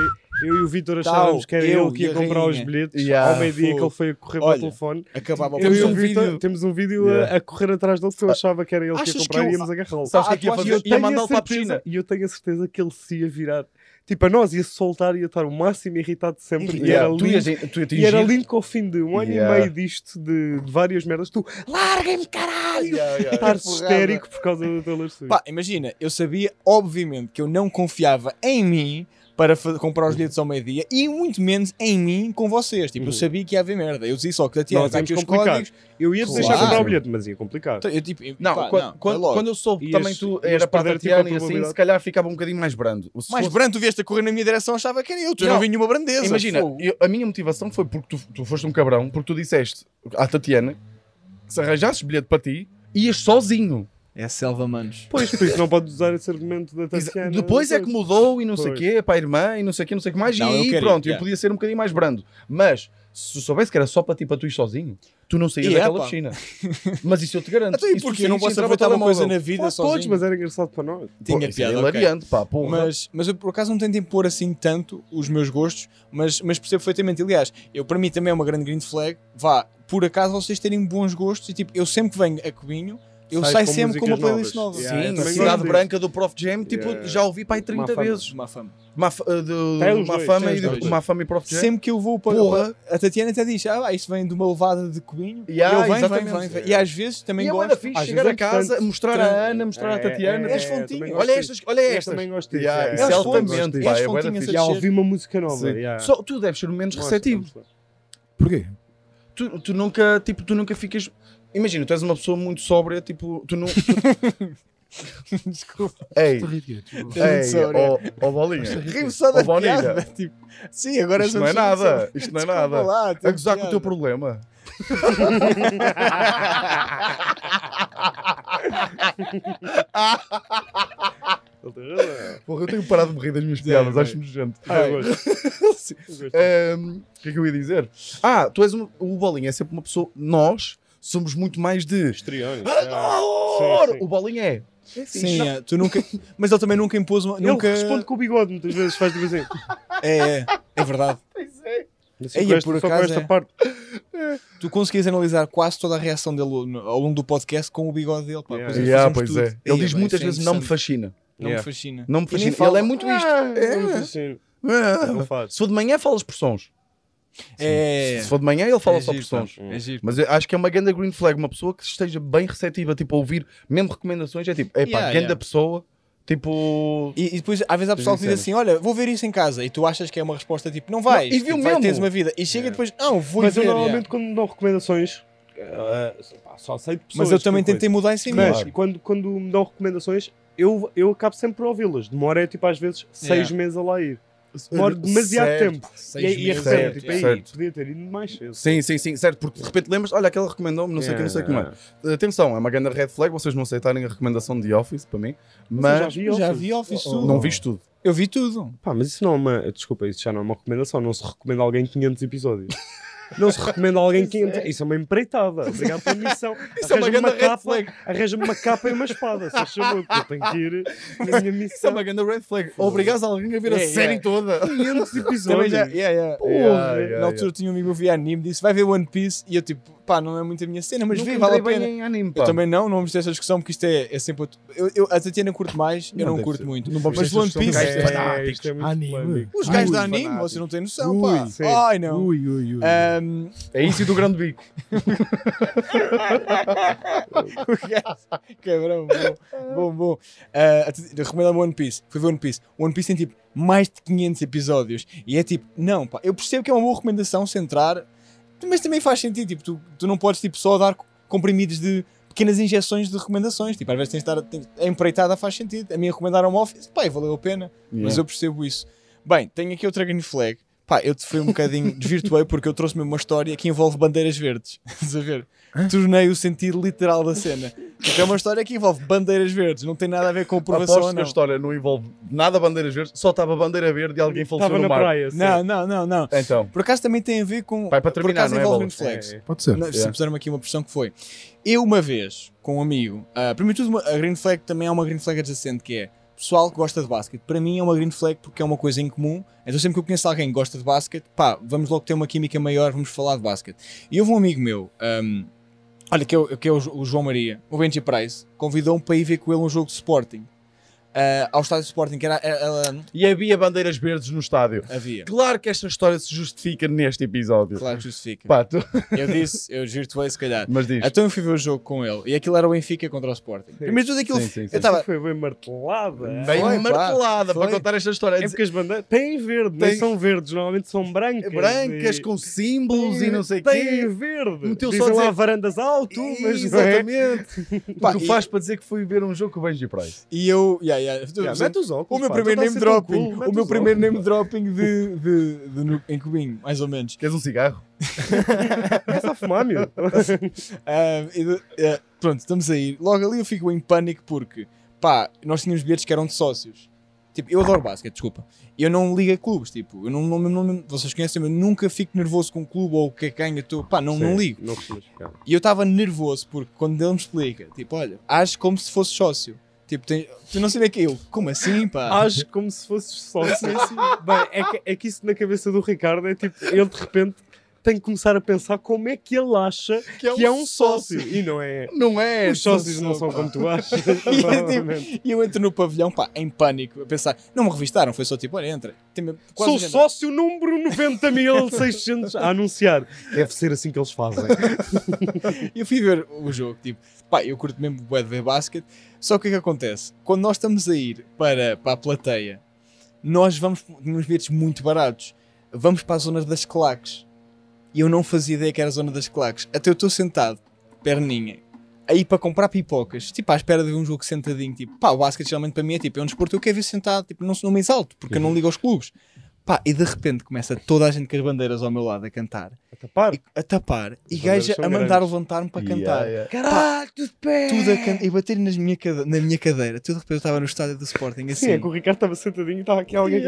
eu e o Vitor achávamos que era
eu
eu que
e
ia
a
comprar os
rainha.
bilhetes
Yeah.
ao meio-dia
Fogo.
que ele foi a correr para
Olha,
o telefone.
acabava o
Eu e
programa.
o Vitor
vídeo.
temos um vídeo
Yeah. Ah,
a, a correr atrás dele que eu achava que era ele que ia
Achas
comprar
que eu-
e íamos agarrá-lo.
Sabes o que é
Ah,
que ia
tu achas-
fazer?
eu
Ia
Tenho a
mandá-lo para a
certeza-
piscina.
E eu tenho a certeza que ele se ia virar. Tipo, a nós ia soltar, ia estar o máximo irritado de sempre. E era
Yeah, Tu
lindo.
ias tu ias
E era
atingir-
lindo que ao fim de um ano
Yeah.
e meio disto, de, de várias merdas, tu larguem-me, caralho!
Yeah, yeah, yeah.
Estar histérico por causa do Taylor Swift.
Pá, imagina, eu sabia, obviamente, que eu não confiava em mim para fa- comprar os bilhetes ao meio-dia e muito menos em mim com vocês. Tipo,
Uhum.
eu sabia que ia haver merda. Eu dizia só que tinha
Nós íamos
aqui os
complicar.
códigos.
eu ia te deixar
Claro.
comprar o bilhete, mas ia complicar.
Então, eu, tipo, eu-
Não,
pá,
quando, quando,
é logo.
quando eu soube que
Ias-
também tu
ias
era para
perder,
a
tipo, a
Tatiana e assim,
probabilidade.
se calhar ficava um bocadinho mais brando. Se
mais
fosse-
branco, tu vieste a correr na minha direção, achava que era eu. Tu não,
Não,
vi nenhuma grandeza.
Imagina,
fogo.
eu- a minha motivação foi porque tu, tu foste um cabrão, porque tu disseste à Tatiana se arranjasses bilhete para ti, ias sozinho.
É selva, manos.
Pois, por isso não podes usar esse argumento da Tatiana.
Depois é que mudou e não sei o
Pois.
quê, para a irmã e não sei o quê, não sei o que mais.
Não,
e
eu
aí,
queria,
pronto, eu
yeah.
podia ser um bocadinho mais brando. Mas se soubesse que era só para ti, para tu ir sozinho, tu não saías
E é,
daquela
pá.
piscina. Mas isso eu te garanto.
Então, e
Isso tu
porquê? Eu não
saías
posso
e entrava
aproveitar
ao
uma coisa na
telemóvel.
vida
Podes,
sozinho?
mas era engraçado para nós.
Pô,
Tinha
isso é
piada, ok.
hilariante, pá, porra.
Mas, mas eu por acaso não tento impor assim tanto os meus gostos, mas, mas percebo perfeitamente. Aliás, eu para mim também é uma grande green flag. Vá, por acaso vocês terem bons gostos e tipo, eu sempre que venho a Covinho, eu
Sais
saio
com
sempre com uma
músicas
playlist
novas.
nova.
Yeah, eu
Sim,
também
a
gosto
Cidade
disso.
Branca do Prof Jam, tipo,
Yeah.
já ouvi para aí 30
Má fama.
vezes.
Má fama.
Má, fa- uh, de-
Tem os
má
dois,
fama
tem
e
os
de-
dois.
má fama e Prof Jam.
Sempre que eu vou para.
Porra.
A Tatiana até diz: Ah, isto vem de uma levada de Covinho.
Yeah,
E eu venho, venho,
exatamente.
venho, venho. E às vezes também
E é bué da
gosto.
fixe
Às
chegar a
vezes é
casa,
importante.
mostrar a Ana, mostrar a Tatiana.
é,
tipo,
é. fontinhas.
olha estas, olha
Eu
estas.
também gosto disso.
Yeah,
É,
isso
Elas
é
fontes,
altamente,
elas
pá, é bué da
fontinhas
fixe.
Já ouvi uma música nova.
Sim.
yeah.
Só tu deves ser o menos
Nossa,
receptivo.
vamos lá.
Porquê?
Tu, tu nunca, tipo, tu nunca ficas... Imagina, tu és uma pessoa muito sóbria, tipo, tu não...
Desculpa.
Ei,
Estou a rir, tipo,
Muito sóbria.
ó bolinha.
Rimo só da
Ó, Bonilha.
piada. Tipo, sim, agora
Isto não é nada, isto não é nada.
Lá,
A
tem
gozar com o teu
piada.
problema.
Ele tem razão.
Porra, eu tenho parado de me rir das minhas
Yeah,
piadas,
bem.
acho-me nojento.
Ah, Eu gosto. Eu gosto.
Ahm, O que é que eu ia dizer? Ah, tu és uma, o Bolinha é sempre uma pessoa. Nós somos muito mais de.
Histriónico, yeah.
Adoro!
sim.
O Bolinha é. é
Sim, é, tu nunca. Mas ele também nunca impôs uma.
Ele
Nunca...
responde com o bigode muitas vezes, faz de vez em
É, é, é verdade.
Assim,
Ei,
com esta-
por
só com
acaso
esta
é.
parte.
Tu conseguias analisar quase toda a reação dele no- ao longo do podcast com o bigode dele. Pá,
Yeah.
pois é,
Yeah,
fazemos
pois
tudo.
é.
Ei,
Ele diz
bem,
muitas
isso é
vezes não me
interessante.
fascina.
Não
Yeah.
me fascina.
Não me
E nem
fascina.
fala-
Ele é muito isto.
Ah, não
É.
fascina. Não
Ah.
faz.
Se for de manhã, falas por sons.
É.
Se for de manhã, ele fala
É
só por
giro, pá.
sons.
É giro.
Mas eu acho que é uma ganda green flag. Uma pessoa que esteja bem receptiva, tipo, a ouvir mesmo recomendações. É tipo, é pá,
Yeah,
ganda
yeah.
pessoa. Tipo.
E, e depois, às vezes, há pessoal que diz
cenas.
assim: Olha, vou ver isso em casa. E tu achas que é uma resposta tipo: Não vais.
Não, e viu
tipo, vai,
mesmo.
Tens uma vida. E chega depois: Não, vou
Mas
ver.
eu
yeah.
normalmente quando dou recomendações, ah, pá, só aceito pessoas.
Mas eu também
tipo,
tentei mudar isso em mim.
Mas
Claro.
quando, quando me dão recomendações, eu, eu acabo sempre por ouvi-las. Demora, tipo, às vezes, seis
Yeah.
meses a lá ir. Demora demasiado
Certo.
tempo.
Seis
E, aí- e é
meses,
recente,
certo,
tipo, aí,
certo.
podia ter ido mais cedo.
Sim, sim, sim, certo, porque de repente lembras, olha, aquela recomendou-me, não sei o que, não sei o que mais. Atenção, é uma grande red flag vocês não aceitarem a recomendação de The Office para mim,
Mas eu
mas
já vi,
Eu já
Office.
vi Office tudo.
não viste tudo.
Eu vi tudo.
Pá, mas isso não é uma. Desculpa, isso já não é uma recomendação. Não se recomenda a alguém 500 episódios. Não se recomenda a alguém 500. Isso é uma empreitada. Obrigado pela missão.
Isso é uma
Arranja-me
grande red
capa-
flag.
Arranja-me uma capa e uma espada, se achas favor, porque eu tenho que ir na minha
Isso é
missão.
uma grande red flag. Obrigas alguém a ver a
Yeah,
série toda.
500
Também
episódios.
já, yeah, yeah.
Porra.
Yeah,
Yeah,
Na
yeah.
altura tinha um amigo meu via anime, disse vai ver One Piece e eu tipo, pá, não é muito a minha cena, mas
Nunca
vê, vale a
entrei
pena.
bem em anime,
Eu
pá.
também não, não vamos ter essa discussão porque isto é, é sempre. outro- Eu, eu, a Tatiana curto mais, eu
Não
não,
deve
curto
ser.
muito.
Não vamos
Mas
ter essa
One
discussão,
Piece-
porque isto é-
É, isto é muito
Anime.
polémico.
Os gajos
Ui,
da anime,
fanático.
vocês não têm noção,
Ui,
pá.
sim.
Ai não. Eh,
Ui, ui, ui.
Ahm,
É isso e do grande bico.
o gajo- Cabrão, bom, bom. bom. Ah, a Tati- Recomenda-me One Piece. Fui ver One Piece. One Piece tem tipo mais de 500 episódios e é tipo, não, pá, eu percebo que é uma boa recomendação centrar, mas também faz sentido, tipo, tu, tu não podes tipo, só dar co- comprimidos de. Pequenas injeções de recomendações, tipo, às vezes tens de estar. Tem, a empreitada faz sentido. A minha recomendaram-me Office, pá, e valeu a pena. Mas eu percebo isso. Bem, tenho aqui outra green flag. Pá, eu te fui um bocadinho desvirtuei porque eu trouxe mesmo uma história que envolve bandeiras verdes. Estás a ver? Tornei o sentido literal da cena. Porque é uma história que envolve bandeiras verdes, não tem nada a ver com aprovação ou
Aposto que a
não.
história não envolve nada bandeiras verdes, só estava a bandeira verde e alguém faleceu
Estava
no
na
mar.
praia. sim.
Não, não, não, não.
Então,
Por acaso também tem a ver com.
vai para
Por
terminar,
acaso
não é?
envolve
Bola?
green flags.
É, é.
Pode ser.
Não,
Yeah.
Se puseram aqui uma pressão que foi. Eu, uma vez, com um amigo, ah, primeiro de tudo, uma- a green flag também é uma green flag adjacente, que é pessoal que gosta de basquete. Para mim é uma green flag porque é uma coisa em comum. Então sempre que eu conheço alguém que gosta de basquete, pá, vamos logo ter uma química maior, vamos falar de basquete. E houve um amigo meu, ahm, olha, que é, o- que é o, Jo- o João Maria, o Benji Price, convidou-me para ir ver com ele um jogo de Sporting. ah, ao estádio de Sporting, que era, era- era-
E havia bandeiras verdes no estádio.
havia.
Claro que esta história se justifica neste episódio.
Claro que justifica.
Pá, tu-
Eu disse, eu desvirtuei se calhar.
Mas diz.
Então eu fui ver o jogo com ele e aquilo era o Benfica contra o Sporting. Primeiro de tudo aquilo.
Sim, sim, sim.
Eu estava.
Foi bem martelada.
Bem
Foi, pá,
martelada
foi.
para contar esta história.
É porque as bandeiras têm verde,
Tem-
nem são verdes, normalmente são
"É
brancas.
Brancas
e-
com símbolos e não sei o
Tem
quê.
verde.
Meteu
Dizem
só
lá
dizer-
varandas alto, mas não é.
Exatamente.
Pá,
O que
e-
faz para dizer que fui ver um jogo com o Benji Price.
E eu. yeah, yeah, tu-
Yeah, É, mete os óculos,
o meu
pá,
primeiro
tu tá
name
estás a ser tão
dropping.
cool,
o
mete
meu
os
primeiro
óculos.
name dropping de, de, de no- em Cubinho, mais ou menos.
Queres um cigarro?
Começa a fumar, meu.
Ah, e de- ah, pronto, estamos a ir. Logo ali eu fico em pânico porque, pá, nós tínhamos bilhetes que eram de sócios. Tipo, eu adoro basquete, desculpa. Eu não ligo a clubes, tipo, eu não, não, não- não- vocês conhecem-me, eu nunca fico nervoso com o clube ou o que é que ganha, tu- pá, não, não ligo.
Não costumas ficar.
E eu estava nervoso porque quando ele me explica, tipo, olha, age como se fosse sócio. Tipo, tem, tu não sabia que eu, como assim, pá?
Acho como se fosse sócio. Bem, é que, é que isso na cabeça do Ricardo é tipo, ele de repente tem que começar a pensar como é que ele acha que é um, sócio. E não é.
Não é?
Os sócios não são como tu achas. provavelmente.
E eu entro no pavilhão, pá, em pânico, a pensar, não me revistaram, foi só tipo, olha, entra. Tem mesmo quase
Sou
gente-
sócio número 90.600 a anunciar. Deve ser assim que eles fazem.
E eu fui ver o jogo, tipo, pá, eu curto mesmo bué de ver basquete. Só que o que é que acontece? Quando nós estamos a ir para, para a plateia, nós vamos, tínhamos bilhetes muito baratos, vamos para a zona das claques. E eu não fazia ideia que era a zona das claques. Até eu estou sentado, perninha, aí para comprar pipocas, tipo, à espera de ver um jogo sentadinho, tipo, pá, o basquete geralmente para mim é tipo, é um desporto que eu quero ver sentado, tipo, não, não me exalto, porque eu não ligo aos clubes. Pá, e de repente começa toda a gente com as bandeiras ao meu lado a cantar,
A tapar.
e- a tapar, e
As bandeiras
gaja
são
a mandar
grandes.
levantar-me para
Yeah,
cantar
yeah.
Caralho, tudo bem.
tudo a can... e bater nas minha cade- na minha cadeira. Tudo de repente eu estava no estádio do Sporting assim.
Sim, é que o Ricardo estava sentadinho e estava aqui alguém. que-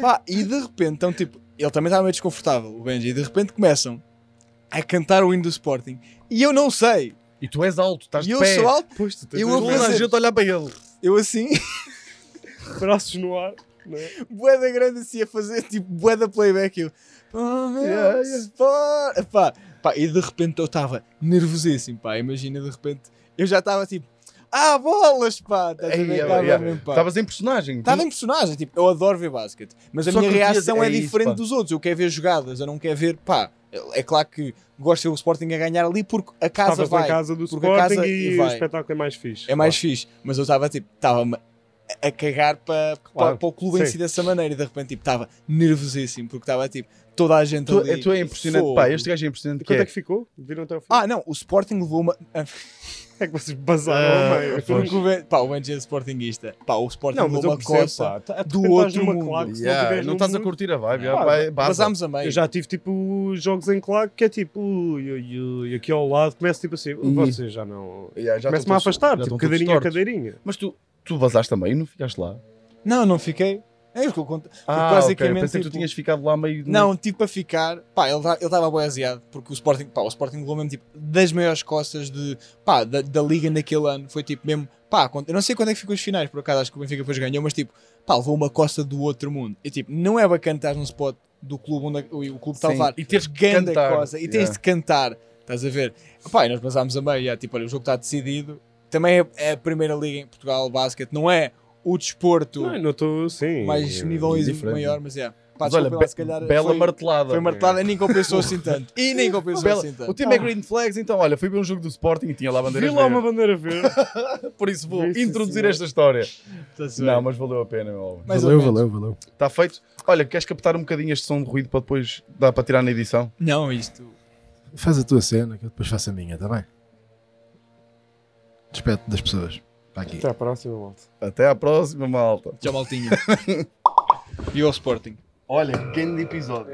Pá, e de repente, então, tipo, ele também estava meio desconfortável, o Benji, e de repente começam a cantar o hino do Sporting. E eu não sei.
E tu és alto, estás
E
de
eu
pé.
sou alto,
Pois, tu tens
Eu
os
vou
Toda a
fazer-
gente olhar para ele.
eu assim,
braços no ar. não é?
boeda grande assim a fazer, tipo, boeda playback. Eu, oh, meu,
Yeah, yeah.
Sport... Pá, pá, e de repente eu estava nervosíssimo, pá, imagina, de repente, eu já estava tipo, ah, bolas, pá, estás a ver?
Ei,
Estava
yeah.
mesmo, pá.
Estavas em personagem.
Estava em personagem, tipo, eu adoro ver basquete, mas a
assim, Só
minha
que o dia
reação
é
é,
isso,
diferente
pá.
dos outros. Eu quero ver jogadas, eu não quero ver, pá. É claro que gosto de ver o Sporting a ganhar ali porque a casa
Estavas na
vai,
casa do
porque a
Sporting
casa
e
e
o
vai.
espetáculo é mais fixe.
é mais fixe. Mas eu estava tipo, estava a cagar para
Claro,
para o clube em
sim.
si dessa maneira. E de repente, tipo, estava nervosíssimo, porque estava, tipo, toda a gente
Tu,
ali.
tu é impressionante,
Fogo.
pá, este gajo é impressionante.
E
Que
quanto
é,
é que ficou? Viram até ao fim?
Ah, não, o Sporting levou uma...
é que vocês basaram ao
Ah,
meio.
pois.
o Ben- pá, o Benji é sportinguista. Pá, o Sporting
Não, mas
levou
eu
uma
percebo,
coça.
pá. Tá-
do
tu estás
outro
numa
mundo.
claque, se
Yeah,
tiveres
não
num
estás a
grupo-
curtir a vibe,
Pá,
yeah, vai, baza.
Vazámos a meio.
Eu já tive tipo jogos em claque que é tipo, ui, ui, ui, aqui ao lado começo tipo assim,
Ih.
vocês já não.
Yeah, já
Começo-me a
estão todos-
afastar,
já
tipo
estão todos
cadeirinha a
tortos.
cadeirinha.
Mas tu, tu vazaste também, não ficaste lá?
Não, não fiquei. É isso que eu conto. Porque
Ah, ok,
basicamente,
pensei que tu
tipo,
tinhas ficado lá meio...
Não, tipo a ficar. Pá, ele estava boiaseado porque o Sporting, pá, o Sporting levou mesmo tipo das maiores costas de, pá, da, da liga naquele ano. Foi tipo mesmo, pá, quando- eu não sei quando é que ficou os finais, por acaso acho que o Benfica depois ganhou, mas tipo, pá, levou uma costa do outro mundo. E tipo, não é bacana estar num spot do clube onde a- o, o clube está a
Sim,
levar.
e teres que
grande
cantar.
coisa. E tens
Yeah.
de cantar, estás a ver? Pá, e nós basámos a meia, tipo, olha, o jogo está decidido. Também é, é a primeira liga em Portugal, o basquete, não é o desporto
Não, eu não estou, sim.
mais
eu-
nível
é diferente.
maior, mas é. Pá,
Mas olha,
desculpem lá,
be-
se calhar
bela
foi-
martelada.
foi martelada e nem compensou assim tanto. E nem compensou
Bela-
assim tanto.
O time é Green Flags, então olha, fui ver um jogo do Sporting e tinha lá
Vi
bandeiras
lá é uma
verdes.
bandeira verde.
Por isso vou
Vi, sim,
introduzir
senhor.
esta história.
Está-se bem.
Não, mas valeu a pena, meu homem.
Mais ou
valeu,
menos.
valeu, valeu.
Está feito. Olha, queres captar um bocadinho este som de ruído para depois dar para tirar na edição?
Não, isto.
Faz a tua cena que eu depois faço a minha, está bem? Despeito das pessoas. Para aqui.
Até à próxima, malta.
Até à próxima, malta.
Já maltinha. e ao Sporting.
Olha, pequeno episódio.